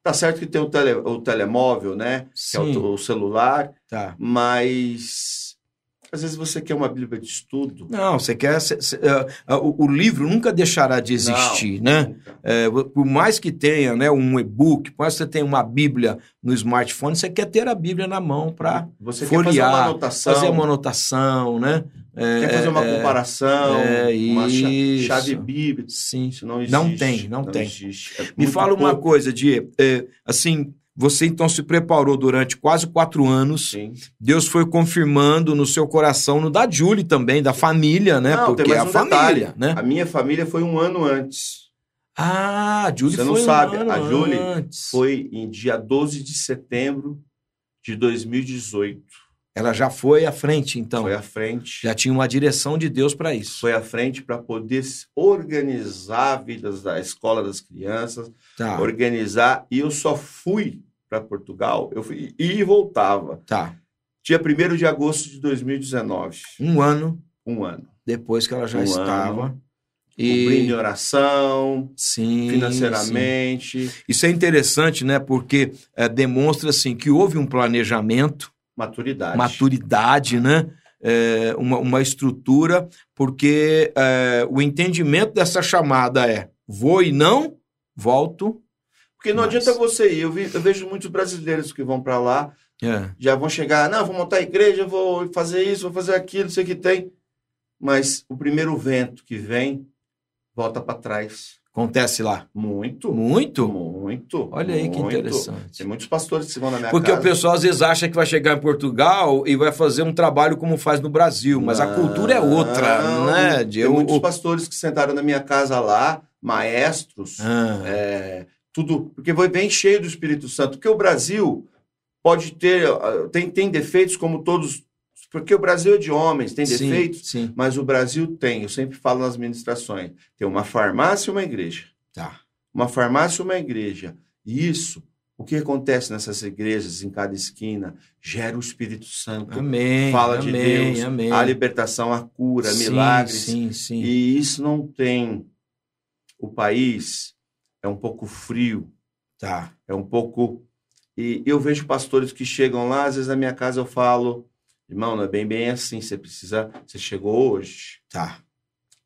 C: Tá certo que tem o, tele, o telemóvel, né? Que é
B: Sim.
C: o, o celular,
B: tá.
C: mas às vezes você quer uma Bíblia de estudo.
B: Não, você quer. cê- cê- ah, ah, o, o livro nunca deixará de existir, né?
C: Nunca.
B: É, por mais que tenha né, um e-book, por mais que você tenha uma Bíblia no smartphone, você quer ter a Bíblia na mão para
C: Você quer fazer
B: folhear,
C: uma anotação,
B: fazer uma anotação, né? É,
C: quer fazer uma
B: é,
C: comparação,
B: é
C: uma cha-
B: isso.
C: chave bíblica.
B: Sim.
C: Isso não existe.
B: Não tem, não tem.
C: existe. É
B: Me
C: muito
B: fala uma
C: pouco.
B: coisa, Diego. É, assim, você então se preparou durante quase quatro anos.
C: Sim.
B: Deus foi confirmando no seu coração, no da Julie também, da família, né?
C: Não, tem
B: Porque é
C: mais
B: a
C: um
B: família, né?
C: A minha família foi um ano antes.
B: Ah, a Julie
C: Você
B: foi
C: não
B: um
C: sabe,
B: ano
C: a Julie
B: antes.
C: Foi em dia 12 de setembro de 2018.
B: Ela já foi à frente, então.
C: Foi à frente.
B: Já tinha uma direção de Deus para isso.
C: Foi à frente para poder se organizar a vida da escola das crianças,
B: Tá,
C: organizar. E eu só fui para Portugal, eu fui e voltava.
B: tá.
C: Dia 1 de agosto de 2019,
B: Um ano
C: um ano.
B: depois que ela já
C: Um
B: estava.
C: Cobrindo em
B: E
C: oração,
B: sim, sim.
C: financeiramente,
B: Isso é interessante, né? Porque eh, demonstra assim que houve um planejamento,
C: maturidade.
B: maturidade, né? Eh, uma, uma estrutura, porque eh, o entendimento dessa chamada é vou e não volto.
C: Porque não
B: Mas-
C: adianta você ir. Eu, vi- eu vejo muitos brasileiros que vão para lá
B: É,
C: já vão chegar, não, vou montar a igreja, vou fazer isso, vou fazer aquilo, não sei o que tem. Mas o primeiro vento que vem volta para trás.
B: acontece lá.
C: Muito,
B: Muito?
C: muito.
B: Olha aí que
C: muito.
B: interessante.
C: Tem muitos pastores que vão na minha
B: Porque
C: casa.
B: o pessoal às vezes acha que vai chegar em Portugal e vai fazer um trabalho como faz no Brasil, mas a cultura é outra,
C: Ah, Não,
B: né? De-
C: Tem
B: o-
C: muitos
B: o-
C: pastores que sentaram na minha casa lá, maestros,
B: Ah,
C: é, tudo, porque foi bem cheio do Espírito Santo. Porque o Brasil pode ter, ah, tem, tem defeitos como todos, porque o Brasil é de homens, tem
B: sim,
C: defeitos,
B: Sim,
C: Mas o Brasil tem, eu sempre falo nas ministrações, tem uma farmácia e uma igreja.
B: tá.
C: Uma farmácia e uma igreja. E isso, o que acontece nessas igrejas, em cada esquina, gera o Espírito Santo,
B: Amém.
C: fala
B: amém,
C: de Deus,
B: amém.
C: a libertação, a cura,
B: Sim,
C: milagres.
B: Sim, sim.
C: E isso não tem. O país é um pouco frio,
B: Tá.
C: é um pouco. E eu vejo pastores que chegam lá, às vezes na minha casa eu falo, irmão, não é bem bem assim, você precisa, você chegou hoje
B: Tá.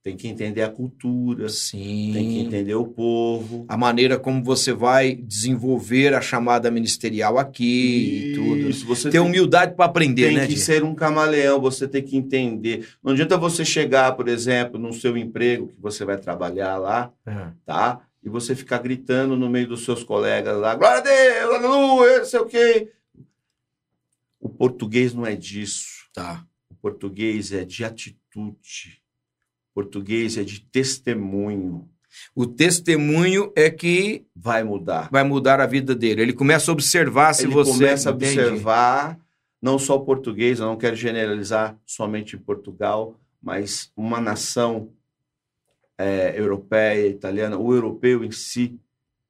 C: tem que entender a cultura,
B: Sim.
C: tem que entender o povo.
B: A maneira como você vai desenvolver a chamada ministerial aqui e tudo.
C: Isso, você
B: Ter
C: tem,
B: humildade para aprender,
C: tem
B: né,
C: que
B: Di?
C: ser um camaleão, você tem que entender. Não adianta você chegar, por exemplo, no seu emprego que você vai trabalhar lá,
B: É.
C: tá? E você ficar gritando no meio dos seus colegas lá, glória a Deus, aleluia, não sei o quê. O português não é disso.
B: Tá.
C: O português é de atitude. O português é de testemunho.
B: O testemunho é que
C: Vai mudar.
B: vai mudar a vida dele. Ele começa a observar se
C: ele
B: você
C: começa a
B: entende.
C: observar não só o português, eu não quero generalizar somente em Portugal, mas uma nação é, europeia, italiana, o europeu em si,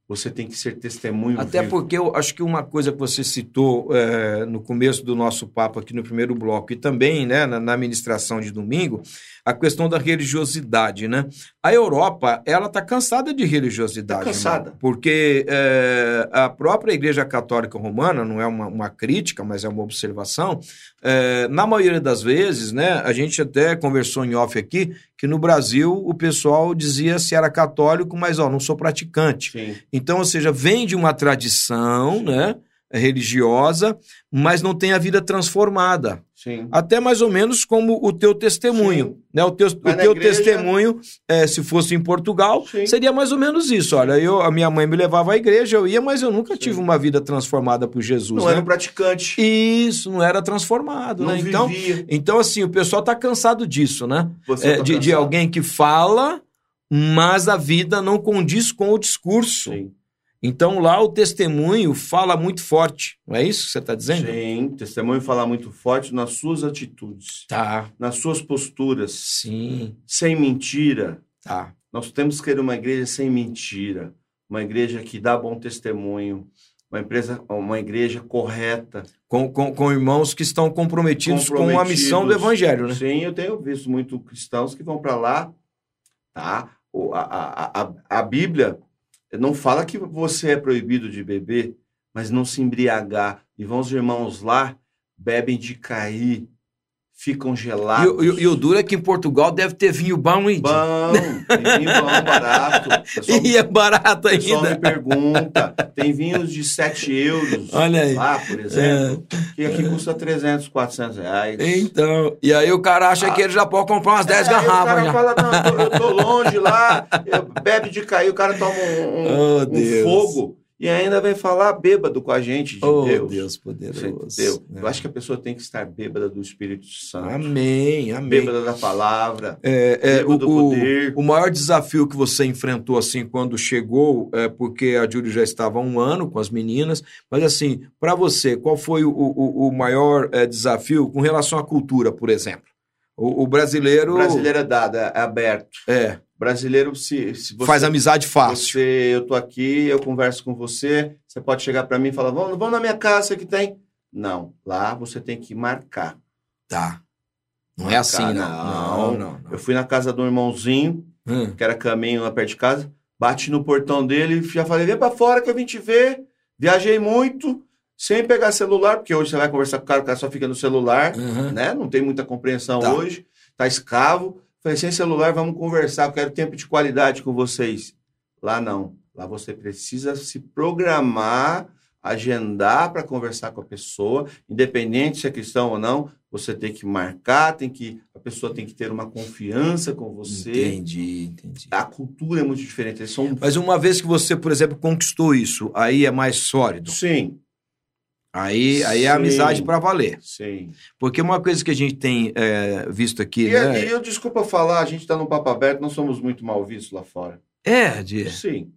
C: você tem que ser testemunho
B: Até
C: vivo.
B: porque eu acho que uma coisa que você citou eh, no começo do nosso papo aqui no primeiro bloco e também né, na, na administração de domingo, a questão da religiosidade, né? A Europa, ela está cansada de religiosidade.
C: Tá cansada.
B: irmão, porque eh, a própria Igreja Católica Romana, não é uma, uma crítica, mas é uma observação, eh, na maioria das vezes, né, a gente até conversou em off aqui, que no Brasil o pessoal dizia se era católico, mas ó, não sou praticante.
C: Sim.
B: Então, ou seja, vem de uma tradição né, religiosa, mas não tem a vida transformada.
C: Sim.
B: Até mais ou menos como o teu testemunho. Né? O teu, o
C: Mas na
B: teu
C: igreja-
B: testemunho, eh, se fosse em Portugal,
C: Sim.
B: seria mais ou menos isso. Olha, eu, a minha mãe me levava à igreja, eu ia, mas eu nunca tive uma vida transformada por Jesus.
C: Não
B: né?
C: era um praticante.
B: Isso, não era transformado.
C: não
B: né?
C: vivia.
B: Então, então, assim, o pessoal está cansado disso, né?
C: Você
B: É,
C: tá
B: de, de
C: cansado.
B: alguém que fala, mas a vida não condiz com o discurso.
C: Sim.
B: Então lá o testemunho fala muito forte, não é isso que você está dizendo?
C: Sim. Testemunho falar muito forte nas suas atitudes,
B: Tá,
C: nas suas posturas,
B: sim,
C: sem mentira.
B: tá.
C: Nós temos que ter uma igreja sem mentira, uma igreja que dá bom testemunho, uma, empresa, uma igreja correta.
B: Com, com, com irmãos que estão comprometidos, com a missão do
C: comprometidos.
B: evangelho, né?
C: Sim, eu tenho visto muito cristãos que vão para lá, tá? O- A, a, a, a Bíblia não fala que você é proibido de beber, mas não se embriagar. E vão os irmãos lá, bebem de cair, ficam
B: E,
C: gelados.
B: o- e o- e o duro é que em Portugal deve ter vinho bom ainda.
C: Bom, tem
B: *laughs*
C: vinho bom, barato. Pessoal,
B: E é barato
C: O pessoal me
B: ainda.
C: pergunta, tem vinhos de 7 euros
B: Olha aí. É.
C: lá, por exemplo, que aqui custa 300, 400 reais.
B: Então, e aí o cara acha que ele já pode comprar umas 10
C: É, aí o
B: garrafas
C: cara
B: já.
C: fala, não, eu tô, eu tô longe lá, eu- bebe de cair, o cara toma um, um-
B: Oh,
C: um fogo e ainda vem falar bêbado com a gente de
B: Oh, Deus,
C: Deus.
B: poderoso.
C: Você entendeu? Eu
B: É.
C: acho que a pessoa tem que estar bêbada do Espírito Santo,
B: Amém, amém.
C: bêbada da palavra,
B: É, é,
C: bêbada do
B: o- o-
C: poder.
B: O maior desafio que você enfrentou, assim, quando chegou, é porque a Júlia já estava há um ano com as meninas, mas, assim, para você, qual foi o, o- o maior é, desafio com relação à cultura, por exemplo? O, o brasileiro,
C: O brasileiro é dado, é aberto.
B: é,
C: O brasileiro, se, se você
B: faz amizade fácil.
C: Você, eu tô aqui, eu converso com você. Você pode chegar para mim e falar: vamos, vamos na minha casa que tem. Não, lá você tem que marcar.
B: Tá. Não é assim, não. Não,
C: Não.
B: não. não.
C: Eu fui na casa do irmãozinho,
B: Hum.
C: que era caminho lá perto de casa, bati no portão dele e já falei: vem para fora que eu vim te ver. Viajei muito, sem pegar celular, porque hoje você vai conversar com o cara, o cara só fica no celular,
B: Uhum.
C: né? Não tem muita compreensão
B: Tá.
C: hoje, tá escravo. Falei: sem celular, vamos conversar, eu quero tempo de qualidade com vocês. Lá não. Lá você precisa se programar, agendar para conversar com a pessoa, independente se é cristão ou não, você tem que marcar, tem que a pessoa tem que ter uma confiança com você.
B: Entendi, entendi.
C: A cultura é muito diferente, eles são
B: Mas uma vez que você, por exemplo, conquistou isso, aí é mais sólido.
C: Sim,
B: Aí, aí é
C: Sim.
B: amizade para valer.
C: sim.
B: Porque uma coisa que a gente tem é, visto aqui,
C: E,
B: né?
C: e eu desculpa falar, a gente está num papo aberto, nós somos muito mal vistos lá fora.
B: É, de,
C: Sim,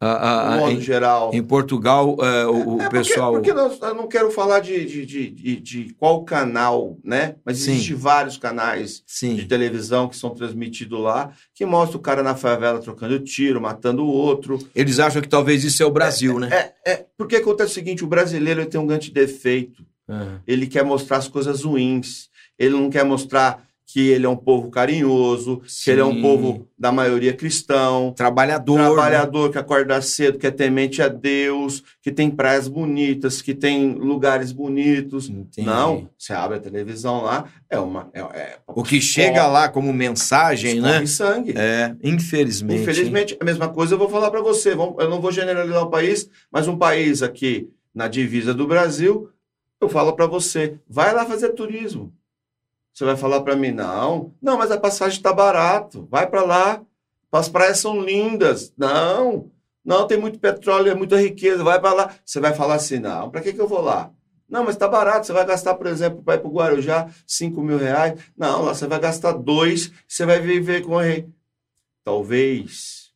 B: a- a- a-
C: no modo
B: em,
C: geral.
B: em Portugal, é, o, o
C: É, porque-
B: pessoal.
C: Porque, nós- eu não quero falar de, de, de, de- de qual canal, né? Mas
B: Sim.
C: existem vários canais de
B: Sim.
C: televisão que são transmitidos lá, que mostra o cara na favela trocando tiro, matando o outro.
B: Eles acham que talvez isso é o Brasil, né?
C: É, é, porque acontece o seguinte, o brasileiro ele tem um grande defeito.
B: Aham.
C: ele quer mostrar as coisas ruins. Ele não quer mostrar que ele é um povo carinhoso, que ele é
B: Sim.
C: um povo da maioria cristão,
B: Trabalhador. né?
C: trabalhador que acorda cedo, que é temente a Deus, que tem praias bonitas, que tem lugares bonitos.
B: Entendi.
C: Não, você abre a televisão lá, é uma é, é
B: O que chega lá como mensagem, né?
C: escorre sangue.
B: É, infelizmente.
C: Infelizmente, a mesma coisa eu vou falar para você. Vamos- Eu não vou generalizar o país, mas um país aqui na divisa do Brasil, eu falo para você, vai lá fazer turismo. Você vai falar para mim, não, não, mas a passagem está barato, vai para lá, as praias são lindas, não, não, tem muito petróleo, é muita riqueza, vai para lá. Você vai falar assim, não, para que, que eu vou lá? Não, mas está barato, você vai gastar, por exemplo, para ir para o Guarujá, 5 mil reais. Não, lá você vai gastar dois, você vai viver com a re- Talvez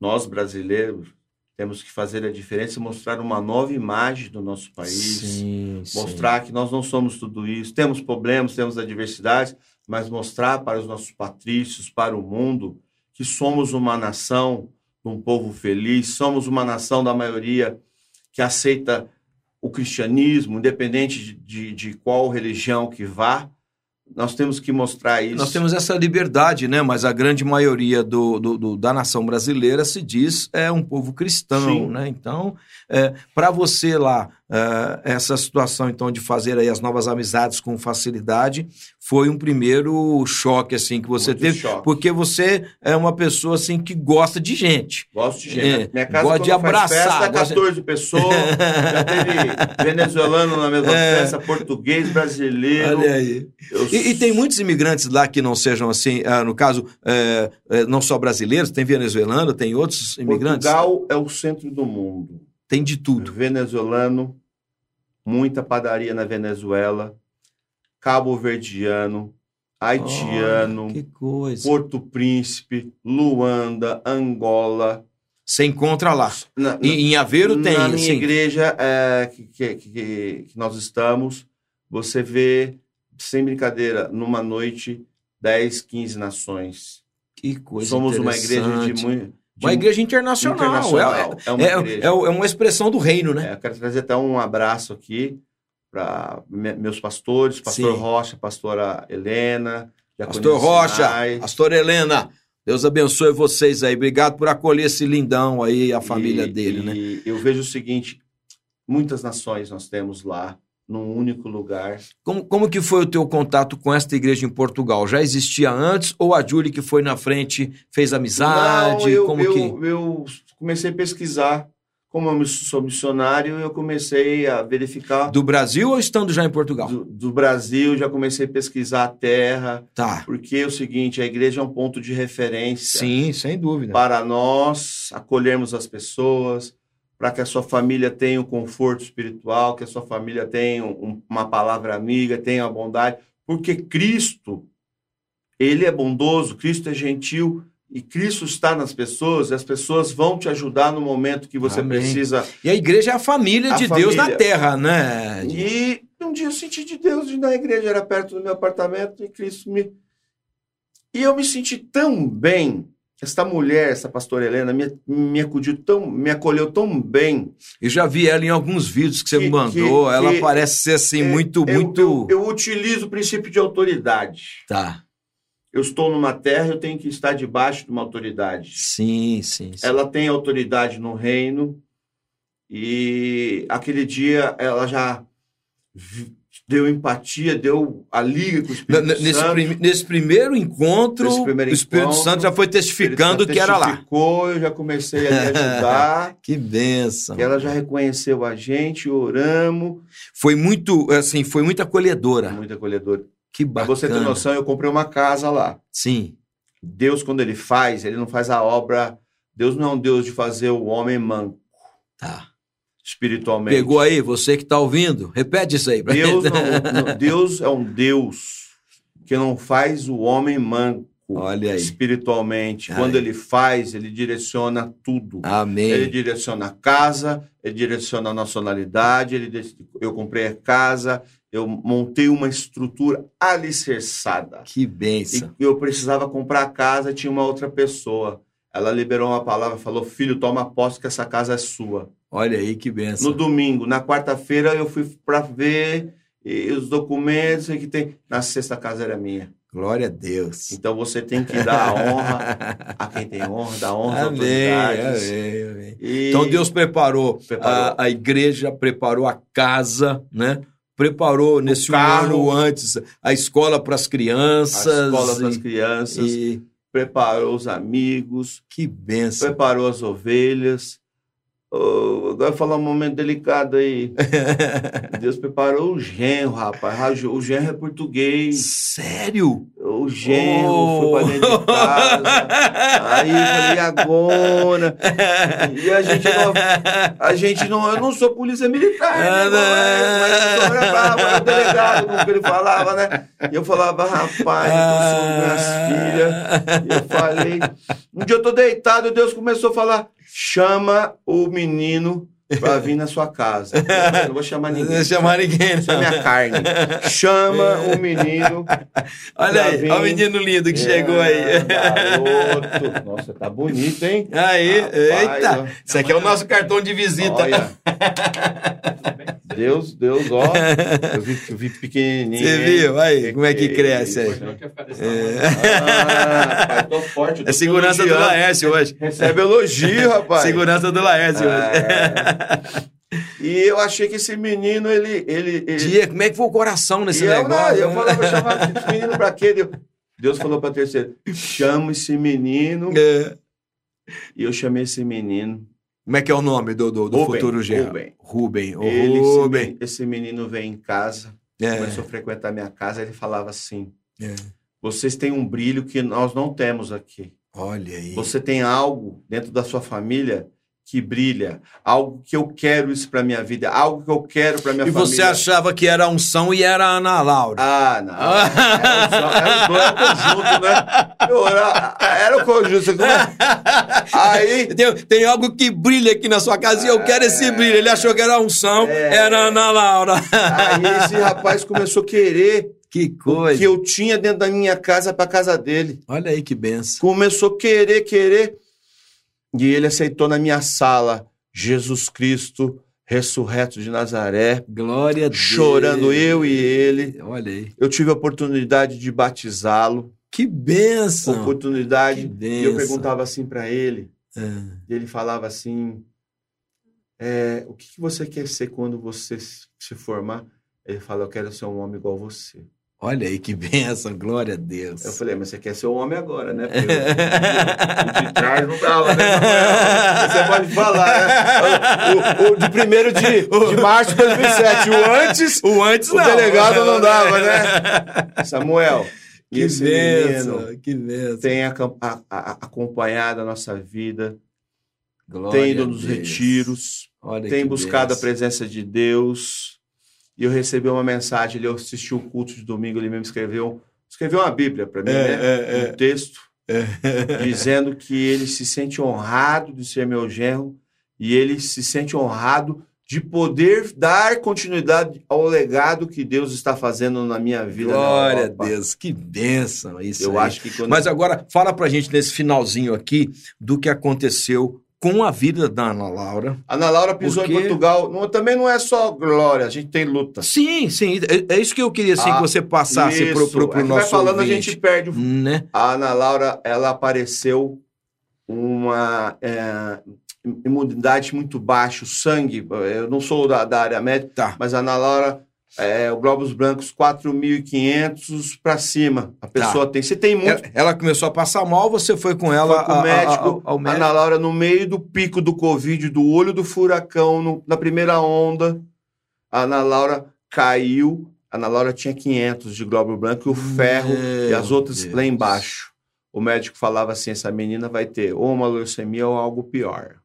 C: nós brasileiros Temos que fazer a diferença e mostrar uma nova imagem do nosso país.
B: Sim, sim.
C: Mostrar que nós não somos tudo isso. Temos problemas, temos adversidades, mas mostrar para os nossos patrícios, para o mundo, que somos uma nação, um povo feliz, somos uma nação da maioria que aceita o cristianismo, independente de, de, de qual religião que vá. Nós temos que mostrar isso.
B: Nós temos essa liberdade, né? Mas a grande maioria do, do- do- da nação brasileira se diz é um povo cristão,
C: Sim.
B: né? Então, para você lá, é, essa situação então de fazer aí as novas amizades com facilidade foi um primeiro choque assim que você
C: Muito
B: teve,
C: choque.
B: porque você é uma pessoa assim que gosta de gente.
C: Gosto de gente. né?
B: É,
C: Minha casa
B: gosto
C: quando
B: de
C: faz
B: abraçar,
C: festa,
B: gosto de-
C: 14 pessoas. Já
B: *laughs*
C: teve venezuelano na mesma
B: É.
C: festa, português, brasileiro.
B: Olha aí.
C: Eu
B: E, e tem muitos imigrantes lá que não sejam assim, ah, no caso, é, é, não só brasileiros, tem venezuelano, tem outros imigrantes.
C: Portugal é o centro do mundo.
B: Tem de tudo.
C: Venezuelano, muita padaria na Venezuela, cabo-verdiano, haitiano,
B: Olha, que coisa.
C: Porto Príncipe, Luanda, Angola.
B: Você encontra lá.
C: Na, na-
B: E, em Aveiro tem,
C: Na minha
B: sim.
C: igreja é, que, que- que- que nós estamos, você vê, sem brincadeira, numa noite, 10, 15 nações.
B: Que coisa
C: Somos uma igreja de
B: interessante.
C: muito.
B: Uma igreja internacional.
C: internacional. É,
B: É,
C: uma
B: é,
C: igreja.
B: é uma expressão do reino, né?
C: É, eu quero trazer até um abraço aqui para meus pastores, pastor
B: Sim.
C: Rocha, pastora Helena, Diaconisa
B: Pastor Rocha,
C: Sinai.
B: pastor Helena, Deus abençoe vocês aí. Obrigado por acolher esse lindão aí, a família
C: E-
B: dele,
C: e
B: né?
C: Eu vejo o seguinte: muitas nações nós temos lá, num único lugar.
B: Como, como que foi o teu contato com esta igreja em Portugal? Já existia antes ou a Júlia que foi na frente fez amizade?
C: Não, eu,
B: como
C: eu,
B: que...
C: eu comecei a pesquisar. Como eu mis- sou missionário, eu comecei a verificar do,
B: Do Brasil ou estando já em Portugal?
C: do Brasil, já comecei a pesquisar a terra,
B: Tá.
C: porque é o seguinte, a igreja é um ponto de referência.
B: Sim, sem dúvida.
C: para nós acolhermos as pessoas, para que a sua família tenha um conforto espiritual, que a sua família tenha um- uma palavra amiga, tenha a bondade, porque Cristo, ele é bondoso, Cristo é gentil e Cristo está nas pessoas e as pessoas vão te ajudar no momento que você
B: Amém.
C: precisa.
B: E a igreja é a família
C: A
B: de Deus
C: família.
B: na terra, né?
C: E um dia eu senti de Deus de ir na igreja, era perto do meu apartamento e Cristo me. E eu me senti tão bem. Essa mulher, essa pastora Helena, me, me acudiu tão, me acolheu tão bem.
B: Eu já vi ela em alguns vídeos que você me
C: Que-
B: mandou.
C: que-
B: ela
C: que- é,
B: parece ser assim, muito,
C: Eu-
B: muito.
C: Eu, eu utilizo o princípio de autoridade.
B: Tá.
C: Eu estou numa terra, eu tenho que estar debaixo de uma autoridade.
B: Sim, sim. sim.
C: Ela tem autoridade no reino e aquele dia ela já vi- deu empatia, deu a liga com o
B: N-
C: Espírito
B: n- Nesse,
C: Santo.
B: prim- nesse primeiro encontro,
C: Nesse primeiro
B: o Espírito
C: encontro,
B: Santo já foi testificando
C: Ele
B: que era lá. Tá
C: testificou, eu já comecei a
B: *laughs*
C: lhe ajudar.
B: Que benção.
C: e ela já reconheceu a gente, oramos.
B: Foi muito, assim, foi muito acolhedora.
C: Muito acolhedor.
B: Que Tá.
C: Pra
B: bacana.
C: você ter noção, eu comprei uma casa lá.
B: Sim.
C: Deus, quando ele faz, ele não faz a obra. Deus não é um Deus de fazer o homem manco
B: Tá.
C: espiritualmente.
B: Pegou aí, você que tá ouvindo. Repete isso aí. pra- *laughs*
C: Deus, não- não- Deus é um Deus que não faz o homem manco
B: Olha aí.
C: espiritualmente.
B: Aí.
C: Quando ele faz, ele direciona tudo.
B: Amém.
C: Ele direciona a casa, ele direciona a nacionalidade, ele dec- eu comprei a casa, eu montei uma estrutura alicerçada.
B: Que
C: E
B: benção.
C: eu precisava comprar a casa, tinha uma outra pessoa. Ela liberou uma palavra, falou: "Filho, toma posse que essa casa é sua".
B: Olha aí, que benção.
C: No domingo, na quarta-feira eu fui para ver e os documentos e que tem. Na sexta a casa era minha.
B: Glória a Deus.
C: Então você tem que dar a honra *laughs* a quem tem honra, dar honra às
B: *laughs* Amém,
C: autoridades.
B: amém, amém.
C: E-
B: Então Deus preparou,
C: Preparou.
B: A, a igreja, preparou a casa, né? Preparou nesse um
C: carro.
B: ano antes a escola para as
C: a
B: crianças.
C: escola das
B: e-
C: crianças,
B: e
C: preparou os amigos,
B: que benção.
C: preparou as ovelhas. Ô, agora eu vou falar um momento
B: *laughs*
C: delicado aí. Ah, Deus preparou o genro, rapaz. O genro é português.
B: Sério?
C: O o genro foi pra dentro de
B: *laughs*
C: casa. Aí eu falei, "Ah, e agora? E a gente não. A gente não. Eu não sou polícia militar, né?
B: Ah, não.
C: Mas o senhor é bravo, é o delegado, como que ele falava, né? E eu falava, rapaz, então, eu
B: Ah.
C: sou minhas filhas. E *laughs* eu falei. Um dia eu tô deitado, Deus começou a falar: chama o menino pra vir na sua casa. Eu falei, não vou chamar
B: *laughs*
C: ninguém.
B: Não chamar ninguém,
C: Isso é
B: não.
C: minha carne. Chama o menino.
B: *laughs* Olha aí,
C: Davi.
B: olha o menino lindo que chegou
C: É,
B: aí.
C: garoto. Nossa, tá bonito, hein?
B: Aí,
C: Rapaz,
B: eita!
C: ó.
B: Isso aqui é o nosso cartão de visita.
C: Olha. Deus, Deus, ó. Eu vi, eu vi pequenininho.
B: Você viu? Aí, como é que cresce aí?
C: isso,
D: Não
C: né?
D: quer ficar desse tamanho.
C: Ah, rapaz, tô forte. eu tô
B: É segurança do
C: elogiando.
B: Laércio hoje.
C: Recebe elogio, rapaz.
B: Segurança do Laércio hoje.
C: É. E eu achei que esse menino, ele. ele, ele-
B: *laughs* Dia, como é que foi o coração
C: E
B: nesse
C: eu, não,
B: negócio?
C: eu
B: né?
C: falava, chamava esse menino pra quê? Deu- Deus falou pra terceira: chama esse menino.
B: É.
C: E eu chamei esse menino.
B: Como é que é o nome do, do, do
C: Rubem,
B: futuro Gerro?
C: Rubem.
B: Rubem. O
C: Ele, esse
B: Rubem.
C: men- esse menino vem em casa.
B: É.
C: começou a frequentar minha casa, ele falava assim:
B: É.
C: Vocês têm um brilho que nós não temos aqui.
B: Olha aí.
C: Você tem algo dentro da sua família que brilha, algo que eu quero isso para minha vida, algo que eu quero para minha
B: E
C: família.
B: você achava que era a unção e era a Ana Laura.
C: Ah, não. Era, um só, era, o- era o conjunto, né? Eu era, era o conjunto. você come- Aí.
B: Tem, tem algo que brilha aqui na sua casa e eu quero esse brilho. Ele achou que era a unção,
C: É.
B: era a Ana Laura.
C: Aí esse rapaz começou a querer
B: Que
C: o
B: coisa.
C: que eu tinha dentro da minha casa para casa dele.
B: Olha aí que benção.
C: Começou a querer, querer. E ele aceitou na minha sala Jesus Cristo, ressurreto de Nazaré,
B: Glória a Deus.
C: chorando eu e ele.
B: Olha aí.
C: Eu tive a oportunidade de batizá-lo,
B: Que benção. Que
C: oportunidade. E
B: benção.
C: eu perguntava assim para ele,
B: É.
C: e ele falava assim: é, O que que você quer ser quando você se se formar? Ele fala: Eu quero ser um homem igual você.
B: Olha aí que benção. Glória a Deus.
C: Eu falei, "É, mas você quer ser o homem agora, né? Porque o, o de trás não dava, né? Mas Você pode falar, né? O, o de 1 de, de março de 2007, o antes,
B: *laughs* O antes
C: o delegado não dava, né? Samuel,
B: *laughs* Que
C: esse menino
B: benção. Que benção.
C: tem acam- a- a- acompanhado a nossa vida,
B: Glória
C: tem ido
B: a
C: nos
B: Deus.
C: retiros,
B: Olha
C: tem
B: que
C: buscado a
B: benção.
C: presença de Deus. E eu recebi uma mensagem, ele assistiu o culto de domingo, ele mesmo escreveu, escreveu uma Bíblia para mim, né?
B: É, é,
C: um texto
B: é. *laughs*
C: dizendo que ele se sente honrado de ser meu genro e ele se sente honrado de poder dar continuidade ao legado que Deus está fazendo na minha vida. na
B: Glória a
C: Europa.
B: Deus. Que benção isso
C: Eu
B: aí.
C: acho que quando
B: Mas agora, fala pra gente nesse finalzinho aqui do que aconteceu com a vida da Ana Laura.
C: Ana Laura pisou em
B: Porque-
C: Portugal, não- também não é só glória, a gente tem luta.
B: Sim, sim. É, é isso que eu queria assim,
C: Ah,
B: que você passasse
C: Isso,
B: pro, pro,
C: é
B: pro
C: que
B: nosso
C: vai falando a
B: ouvinte.
C: gente perde. o-
B: Né?
C: A Ana Laura, ela apareceu uma é, imunidade muito baixa, o sangue. Eu não sou da, da área médica.
B: Tá.
C: Mas a Ana Laura, é, o Globos Brancos, 4.500 para cima. A pessoa tem. Você tem
B: Ela,
C: muito.
B: ela começou a passar mal, você foi com ela
C: Foi com o
B: a- a- a-
C: médico,
B: ao, ao
C: a
B: médico. né?
C: Ana Laura, no meio do pico do Covid, do olho do furacão, no- na primeira onda, a Ana Laura caiu. A Ana Laura tinha 500 de Globo Branco e o ferro e
B: Meu
C: as outras
B: Deus.
C: lá embaixo. O médico falava assim: essa menina vai ter ou uma leucemia ou algo pior.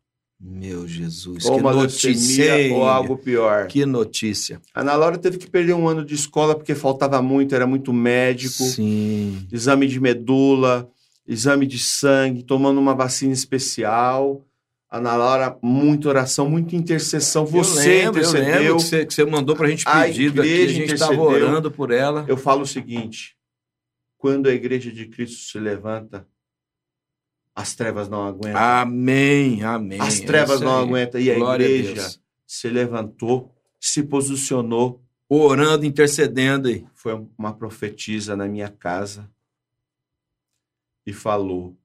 B: Meu Jesus,
C: ou
B: que
C: uma
B: notícia.
C: leucemia ou algo pior.
B: Que notícia.
C: A Ana Laura teve que perder um ano de escola porque faltava muito, era muito médico,
B: Sim.
C: exame de medula, exame de sangue, tomando uma vacina especial. A Ana Laura, muita oração, muita intercessão. Você
B: eu lembro, eu
C: intercedeu.
B: lembro que você, que você mandou pra gente
C: A
B: pedido aqui, a
C: igreja
B: gente estava
C: intercedeu.
B: orando por ela.
C: Eu falo o seguinte: quando a igreja de Cristo se levanta, as trevas não aguentam.
B: Amém, amém.
C: as
B: É
C: trevas
B: Ah, isso
C: não
B: aí.
C: aguentam. E a
B: Glória a
C: igreja
B: Deus.
C: se levantou, se posicionou
B: Orando, intercedendo aí.
C: foi uma profetisa na minha casa e falou: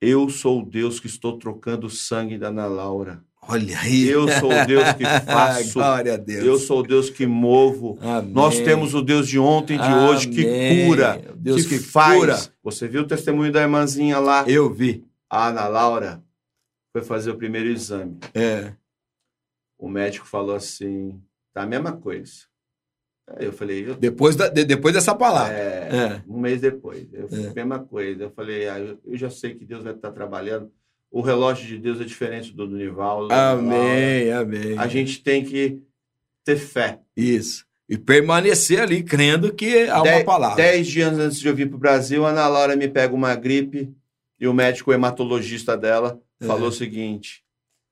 C: Eu sou o Deus que estou trocando o sangue da Ana Laura.
B: Olha aí. Ah,
C: Eu sou o Deus
B: *laughs*
C: que faço.
B: Glória a Deus.
C: Eu sou o Deus que movo.
B: Amém.
C: Nós temos o Deus de ontem, de hoje, que
B: Amém.
C: cura,
B: O Deus que,
C: faz.
B: cura.
C: Você viu o testemunho da irmãzinha lá?
B: Eu vi.
C: A Ana Laura foi fazer o primeiro exame.
B: É.
C: O médico falou assim: tá a mesma coisa. Aí eu falei, eu,
E: Depois, da- de- depois dessa palavra.
C: é,
B: É.
C: Um mês depois, eu fiz
B: É.
C: a mesma coisa. Eu falei, ah, eu eu já sei que Deus vai estar trabalhando. O relógio de Deus é diferente do do Nivaldo. do Nivaldo.
E: Amém, amém.
C: A gente tem que ter fé.
B: Isso. E permanecer ali crendo que há uma
C: Dez-
B: palavra.
C: Dez dias antes de eu vir para o Brasil, a Ana Laura me pega uma gripe e o médico hematologista dela
B: É.
C: falou o seguinte: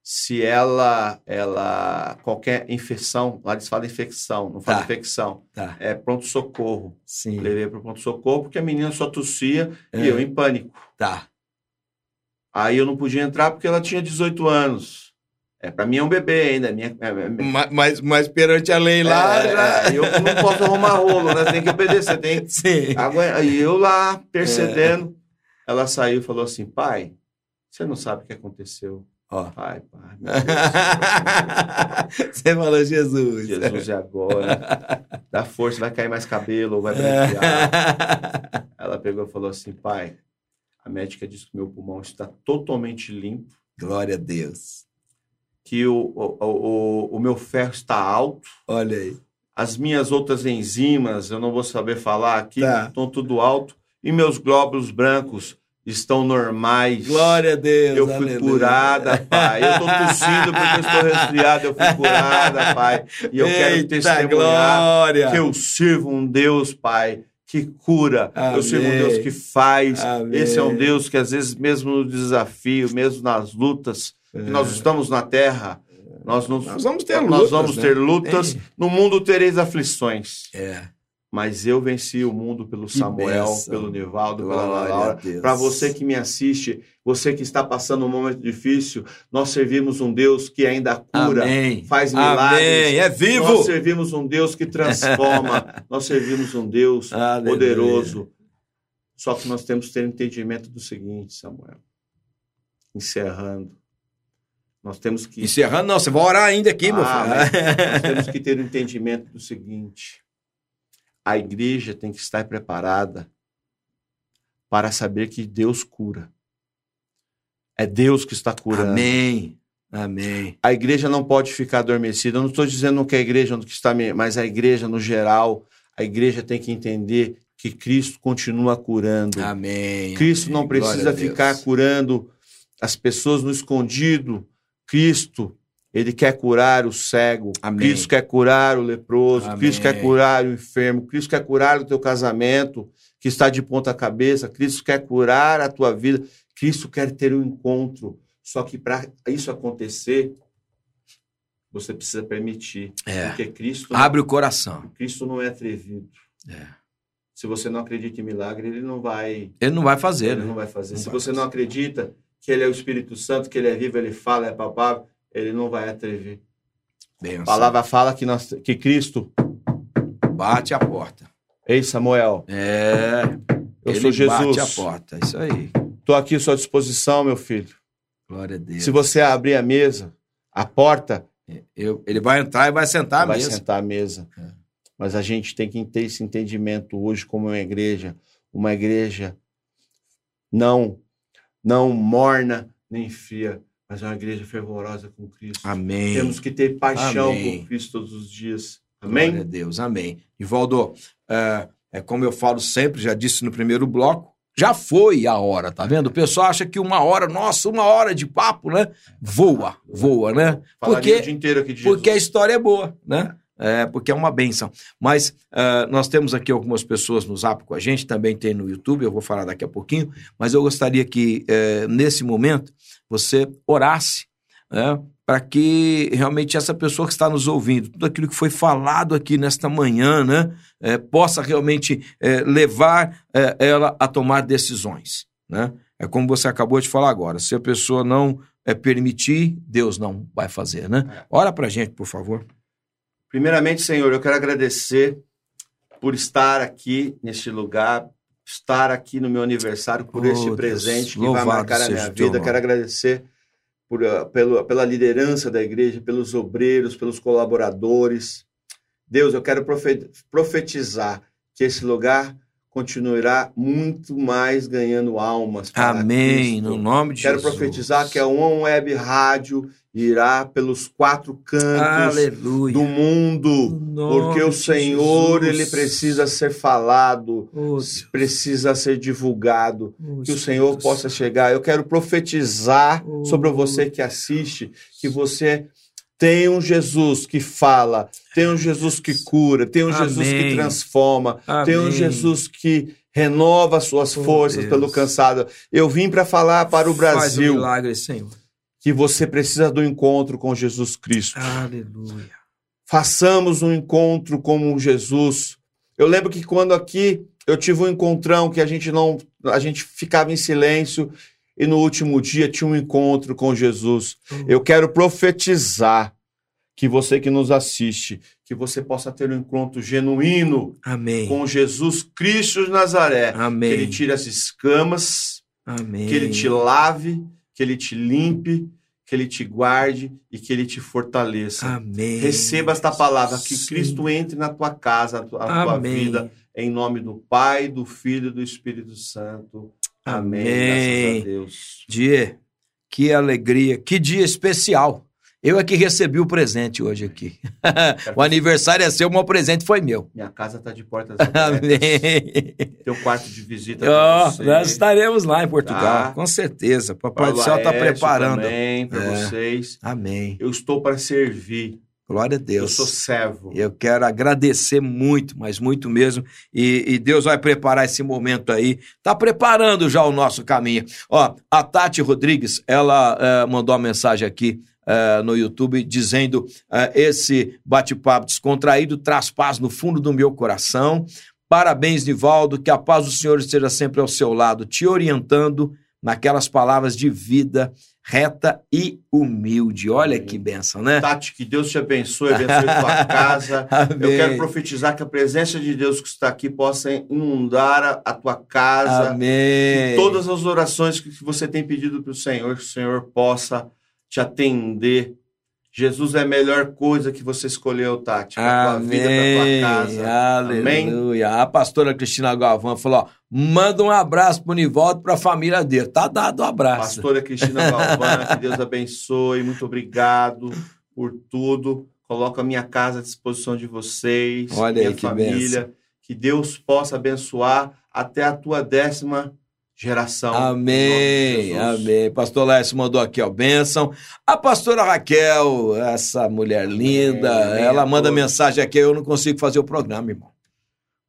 C: se ela, ela, qualquer infecção, lá eles falam infecção, não fala
B: Tá.
C: infecção,
B: Tá.
C: é pronto-socorro.
B: Sim.
C: Levei para o pronto-socorro porque a menina só tossia
B: É.
C: e eu em pânico.
B: Tá.
C: Aí eu não podia entrar porque ela tinha 18 anos. É, para mim é um bebê ainda. é Minha, é, é-
E: Ma- Mas, mas perante a lei lá,
C: é,
E: já-
C: é, eu não posso arrumar rolo, né? Tem que obedecer, tem. *laughs*
B: Sim.
C: Agora, aí eu lá, percebendo,
E: É.
C: ela saiu e falou assim: pai, você não sabe o que aconteceu.
B: Ó. *laughs*
C: Pai, pai, meu Deus do céu,
B: Você
E: *laughs*
B: falou Jesus.
C: Jesus é agora. Dá força, vai cair mais cabelo, vai branquear.
B: É.
C: Ela pegou e falou assim: pai, a médica disse que meu pulmão está totalmente limpo.
B: Glória a Deus.
C: que o, o, o, o meu ferro está alto,
B: Olha aí.
C: as minhas outras enzimas, eu não vou saber falar aqui,
B: Tá.
C: estão tudo alto, e meus glóbulos brancos estão normais.
B: Glória a Deus.
C: Eu fui
B: aleluia.
C: curada, pai. Eu tô tossindo porque eu estou resfriado. Eu fui curada, pai. E eu quero
B: Eita,
C: testemunhar
B: glória.
C: que eu sirvo um Deus, pai, que cura. Eu sirvo um
B: Amém.
C: Deus que faz.
B: Amém.
C: Esse é um Deus que, às vezes, mesmo no desafio, mesmo nas lutas,
B: É.
C: que nós estamos na terra, nós, não,
E: nós vamos ter
C: nós
E: lutas.
C: vamos
E: né?
C: ter lutas. No mundo tereis aflições.
B: É.
C: Mas eu venci o mundo pelo
B: Que
C: Samuel,
B: bênção.
C: pelo Nivaldo, pela Ana
B: Glória a
C: Laura.
B: Deus.
C: Para você que me assiste, você que está passando um momento difícil, nós servimos um Deus que ainda cura,
B: Amém.
C: faz milagres.
B: Amém. É
C: Nós
B: vivo.
C: servimos um Deus que
B: *laughs*
C: transforma. nós servimos um Deus
B: Aleluia.
C: poderoso. Só que nós temos que ter entendimento do seguinte, Samuel. Encerrando. Nós temos que
B: Encerrando, não, você vai orar ainda aqui, meu
C: Ah,
B: filho. *laughs*
C: Nós temos que ter o entendimento do seguinte: a igreja tem que estar preparada para saber que Deus cura. É Deus que está curando.
B: Amém. Amém.
C: A igreja não pode ficar adormecida. Eu não estou dizendo que a igreja que está, me- mas a igreja no geral, a igreja tem que entender que Cristo continua curando.
B: Amém.
C: Cristo
B: Amém.
C: não precisa
B: Glória a Deus.
C: ficar curando as pessoas no escondido. Cristo, ele quer curar o cego.
B: Amém.
C: Cristo quer curar o leproso.
B: Amém.
C: Cristo quer curar o enfermo. Cristo quer curar o teu casamento que está de ponta cabeça. Cristo quer curar a tua vida. Cristo quer ter um encontro. Só que para isso acontecer, você precisa permitir,
B: É.
C: porque Cristo
B: Abre o coração.
C: Cristo não é atrevido.
B: É.
C: Se você não acredita em milagre, ele não vai
B: Ele não vai fazer,
C: ele
B: né?
C: não vai fazer.
B: Não
C: Se
B: vai
C: você
B: fazer.
C: não acredita que ele é o Espírito Santo, que ele é vivo, ele fala, é palpável, ele não vai atrever.
B: Benção.
C: A palavra fala que, nós, que Cristo,
B: Bate a porta.
C: ei Samuel,
B: É.
C: eu
B: ele
C: sou
B: Bate a
C: Jesus,
B: porta. Isso aí.
C: estou aqui à sua disposição, meu filho.
B: Glória a Deus.
C: Se você abrir a mesa, a porta,
B: Eu- ele vai entrar e vai sentar
C: vai
B: mesmo.
C: sentar à mesa.
B: É.
C: Mas a gente tem que ter esse entendimento hoje como uma igreja, uma igreja não, não morna nem fria, mas é uma igreja fervorosa com Cristo.
B: Amém.
C: Temos que ter paixão
B: Amém.
C: por Cristo todos os dias.
B: Glória a
C: Amém?
B: Deus, amém. Ivaldo, é, é como eu falo sempre, já disse no primeiro bloco, já foi a hora, tá vendo? O pessoal acha que uma hora, nossa, uma hora de papo, né? Voa, voa, né?
C: Falaria o
B: Porque,
C: dia inteiro aqui de Jesus.
B: porque a história é boa, né? É, porque é uma benção. Mas é, nós temos aqui algumas pessoas no Zap com a gente, também tem no YouTube, eu vou falar daqui a pouquinho, mas eu gostaria que, é, nesse momento, você orasse para que realmente essa pessoa que está nos ouvindo, tudo aquilo que foi falado aqui nesta manhã, né, eh, possa realmente eh, levar eh, ela a tomar decisões. Né? É como você acabou de falar agora: se a pessoa não eh, permitir, Deus não vai fazer. Né? Ora para gente, por favor.
C: Primeiramente, Senhor, eu quero agradecer por estar aqui neste lugar, estar aqui no meu aniversário, por
B: Oh,
C: este
B: Deus,
C: presente que vai
B: louvado
C: marcar a
B: seja
C: minha
B: o teu
C: vida.
B: nome.
C: Quero agradecer por, ah, pelo, pela liderança da igreja, pelos obreiros, pelos colaboradores. Deus, eu quero profe- profetizar que esse lugar continuará muito mais ganhando almas. para
B: Amém.
C: Cristo.
B: No nome de
C: Quero
B: Jesus.
C: profetizar que é a One Web Rádio irá pelos quatro cantos
B: Aleluia.
C: do mundo, porque o Senhor ele precisa ser falado, precisa ser divulgado que o Senhor possa chegar. Eu quero profetizar
B: Oh.
C: sobre você que assiste, que você tem um Jesus que fala, tem um Jesus que cura, tem um Jesus que
B: Amém.
C: transforma, tem um
B: Amém.
C: Jesus que renova as suas
B: Oh,
C: forças
B: Deus.
C: pelo cansado. Eu vim para falar para
B: Faz
C: o
B: um
C: Brasil
B: milagre, Senhor.
C: que você precisa do encontro com Jesus Cristo.
B: Aleluia.
C: Façamos um encontro como Jesus. Eu lembro que quando aqui eu tive um encontrão que a gente não, a gente ficava em silêncio e no último dia tinha um encontro com Jesus.
B: Hum.
C: Eu quero profetizar que você que nos assiste, que você possa ter um encontro genuíno
B: Amém.
C: com Jesus Cristo de Nazaré.
B: Amém.
C: Que ele tire as escamas,
B: Amém.
C: que ele te lave, que ele te limpe, que ele te guarde e que ele te fortaleça.
B: Amém.
C: Receba esta palavra, que
B: Sim.
C: Cristo entre na tua casa, a tua, a tua
B: Amém.
C: vida, em nome do Pai, do Filho e do Espírito Santo. Amém. Graças a
B: Amém.
C: Deus.
B: Die, que alegria, que dia especial. Eu é que recebi o presente hoje aqui. *laughs* o aniversário é seu, mas o presente foi meu.
C: Minha casa está de
B: *laughs*
C: portas abertas.
B: Amém.
C: Teu quarto de visita. pra
B: Ó,
C: você.
B: Tá nós estaremos lá em Portugal,
C: Tá.
B: com certeza. Papai
C: Paulo
B: do céu está
C: Aécio
B: preparando.
C: Também para
B: É.
C: vocês.
B: Amém.
C: Eu estou para servir.
B: Glória a
C: Eu
B: Deus.
C: sou servo.
B: Eu quero agradecer muito, mas muito mesmo. E, e Deus vai preparar esse momento aí. Tá preparando já o nosso caminho. Ó, a Tati Rodrigues, ela eh, mandou uma mensagem aqui eh, no YouTube dizendo: eh, esse bate-papo descontraído traz paz no fundo do meu coração. Parabéns, Nivaldo, que a paz do Senhor esteja sempre ao seu lado, te orientando naquelas palavras de vida reta e humilde. Olha
C: Amém.
B: que benção, né?
C: Tati, que Deus te abençoe, abençoe tua
B: *laughs*
C: casa. Eu
B: Amém.
C: quero profetizar que a presença de Deus que está aqui possa inundar a, a tua casa,
B: Amém.
C: Que todas as orações que que você tem pedido para o Senhor, que o Senhor possa te atender. Jesus é a melhor coisa que você escolheu, Tati, para tua
B: Amém.
C: vida, para tua casa.
B: Aleluia. A pastora Cristina Galvão falou: ó, manda um abraço pro Nivaldo e pra família dele. Tá dado o abraço.
C: Pastora Cristina Galvão, que Deus abençoe. Muito obrigado por tudo. Coloco a minha casa à disposição de vocês,
B: Olha
C: minha
B: aí, que
C: família. Que Deus possa abençoar até a tua décima geração. Em
B: Amém,
C: nome de Jesus.
B: amém. Pastor Laércio mandou aqui, ó, bênção. A pastora Raquel, essa mulher linda,
C: Amém,
B: ela
C: amém a
B: manda
C: todos.
B: mensagem aqui, eu não consigo fazer o programa, irmão.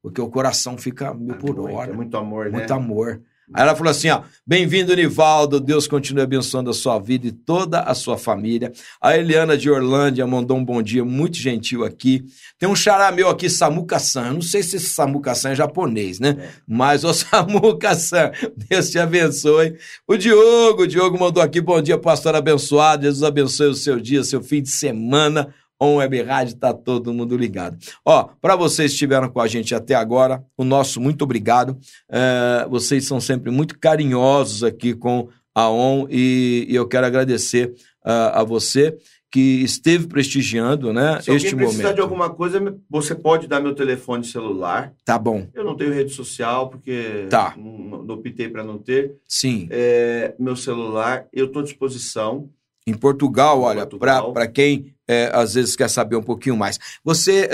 B: Porque o coração fica mil por
C: Muito,
B: hora.
C: Muito amor, né?
B: Muito amor. Aí ela falou assim, ó, bem-vindo, Nivaldo, Deus continue abençoando a sua vida e toda a sua família. A Eliana de Orlândia mandou um bom dia muito gentil aqui. Tem um xará meu aqui, Samuka-san, Eu não sei se esse Samuka-san é japonês, né?
C: É.
B: Mas, ô *laughs* Samuka-san, Deus te abençoe. O Diogo, o Diogo mandou aqui, bom dia, pastor abençoado, Jesus abençoe o seu dia, seu fim de semana. On Web Rádio, tá todo mundo ligado. Ó, para vocês que estiveram com a gente até agora, o nosso muito obrigado. É, vocês são sempre muito carinhosos aqui com a ON e, e eu quero agradecer ah, a você que esteve prestigiando né,
C: Se alguém
B: este
C: precisar
B: momento.
C: de alguma coisa, me- você pode dar meu telefone celular.
B: Tá bom,
C: Eu não tenho rede social, porque
B: Tá.
C: não, não optei para não ter.
B: sim.
C: É, meu celular, eu estou à disposição.
B: Em Portugal, olha,
C: Portugal.
B: para quem é, às vezes quer saber um pouquinho mais. Você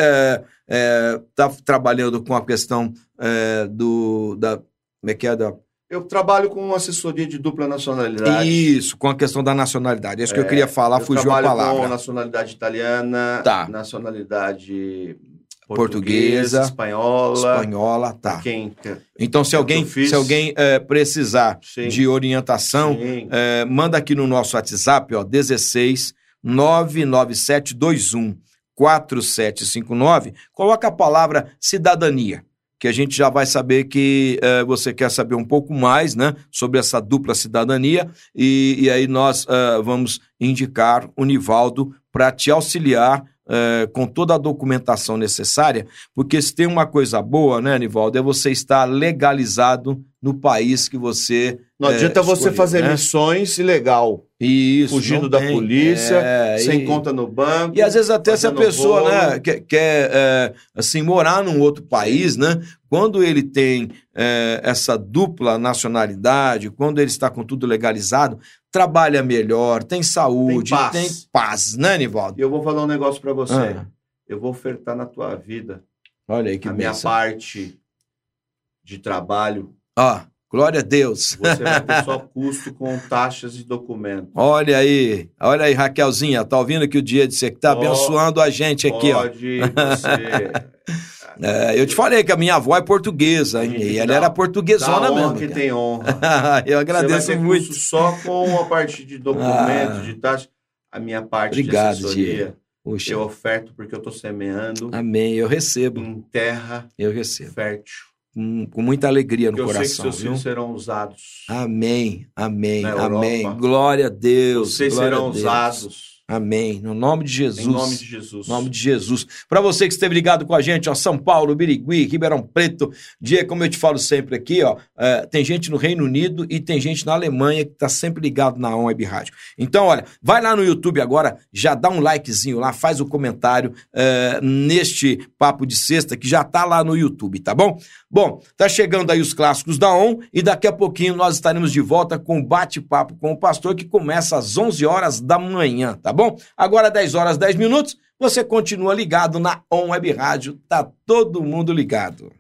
B: está trabalhando com a questão é, do. Da, como é que é? Da,
C: Eu trabalho com assessoria de dupla nacionalidade.
B: isso, com a questão da nacionalidade. É isso que eu queria falar,
C: eu
B: fugiu a
C: trabalho
B: palavra.
C: com nacionalidade italiana,
B: Tá.
C: nacionalidade
B: Portuguesa,
C: portuguesa, espanhola.
B: Espanhola, tá.
C: Quem quer.
B: Então, se
C: Eu
B: alguém,
C: fiz.
B: se alguém é, precisar
C: Sim.
B: de orientação,
C: Sim.
B: é, manda aqui no nosso WhatsApp, ó, 16 99721 4759. Coloca a palavra cidadania, que a gente já vai saber que é, você quer saber um pouco mais, né, sobre essa dupla cidadania. E, e aí nós é, vamos indicar o Nivaldo para te auxiliar. é, com toda a documentação necessária, porque se tem uma coisa boa, né, Nivaldo, é você estar legalizado no país que você
C: Não
B: É,
C: adianta você
B: escolhido,
C: fazer
B: né?
C: missões ilegal,
B: Isso.
C: fugindo
B: não
C: da
B: tem.
C: polícia,
B: É,
C: sem
B: e-
C: conta no banco.
B: E às vezes até se a
C: fazendo
B: pessoa
C: bolo.
B: né, quer, quer, é, assim, morar num outro país, né? Quando ele tem é, essa dupla nacionalidade, quando ele está com tudo legalizado, trabalha melhor, tem saúde,
C: Tem
B: tem
C: paz.
B: paz, né, Nivaldo?
C: E eu vou falar um negócio pra você.
B: Ah,
C: Eu vou ofertar na tua vida
B: olha aí que
C: a minha
B: bênção.
C: parte de trabalho.
B: Ó, glória a Deus.
C: Você vai ter só custo com taxas e documento.
B: Olha aí, olha aí, Raquelzinha, tá ouvindo que o dia de você que tá
C: Ó,
B: abençoando a gente aqui, ó.
C: Pode você.
B: *laughs* É, eu te falei que a minha avó é portuguesa, hein?
C: Tem que
B: E ela
C: dar-
B: era
C: Dá
B: portuguesona
C: honra
B: mesmo.
C: que
B: cara.
C: tem honra.
B: *laughs* eu
C: Você vai
B: agradeço
C: ter
B: muito.
C: custo só com a parte de documento,
B: Ah.
C: de taxa. A minha parte
B: Obrigado,
C: de assessoria,
B: Diego. Puxa,
C: eu oferto porque eu estou semeando
B: amém, eu recebo,
C: em terra
B: eu recebo.
C: fértil.
B: Com, com muita alegria no
C: Porque eu sei que
B: coração,
C: seus
B: viu? Ah,
C: filhos serão usados.
B: Amém, amém,
C: Na Europa.
B: amém. Glória a Deus.
C: Vocês
B: glória
C: serão
B: a Deus.
C: usados.
B: Amém, no nome de Jesus.
C: Em nome de Jesus.
B: Em nome de Jesus. Para você que esteve ligado com a gente, ó, São Paulo, Birigui, Ribeirão Preto, dia, como eu te falo sempre aqui, ó, é, tem gente no Reino Unido e tem gente na Alemanha que tá sempre ligado na On Web Rádio. Então, olha, vai lá no YouTube agora, já dá um likezinho lá, faz o comentário é, neste papo de sexta que já tá lá no YouTube, tá bom? Bom, tá chegando aí os clássicos da ON e daqui a pouquinho nós estaremos de volta com o bate-papo com o pastor que começa às 11 horas da manhã, tá bom? Agora 10 horas 10 minutos, você continua ligado na ON Web Rádio, tá todo mundo ligado.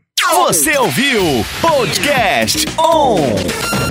A: Você ouviu? Podcast On!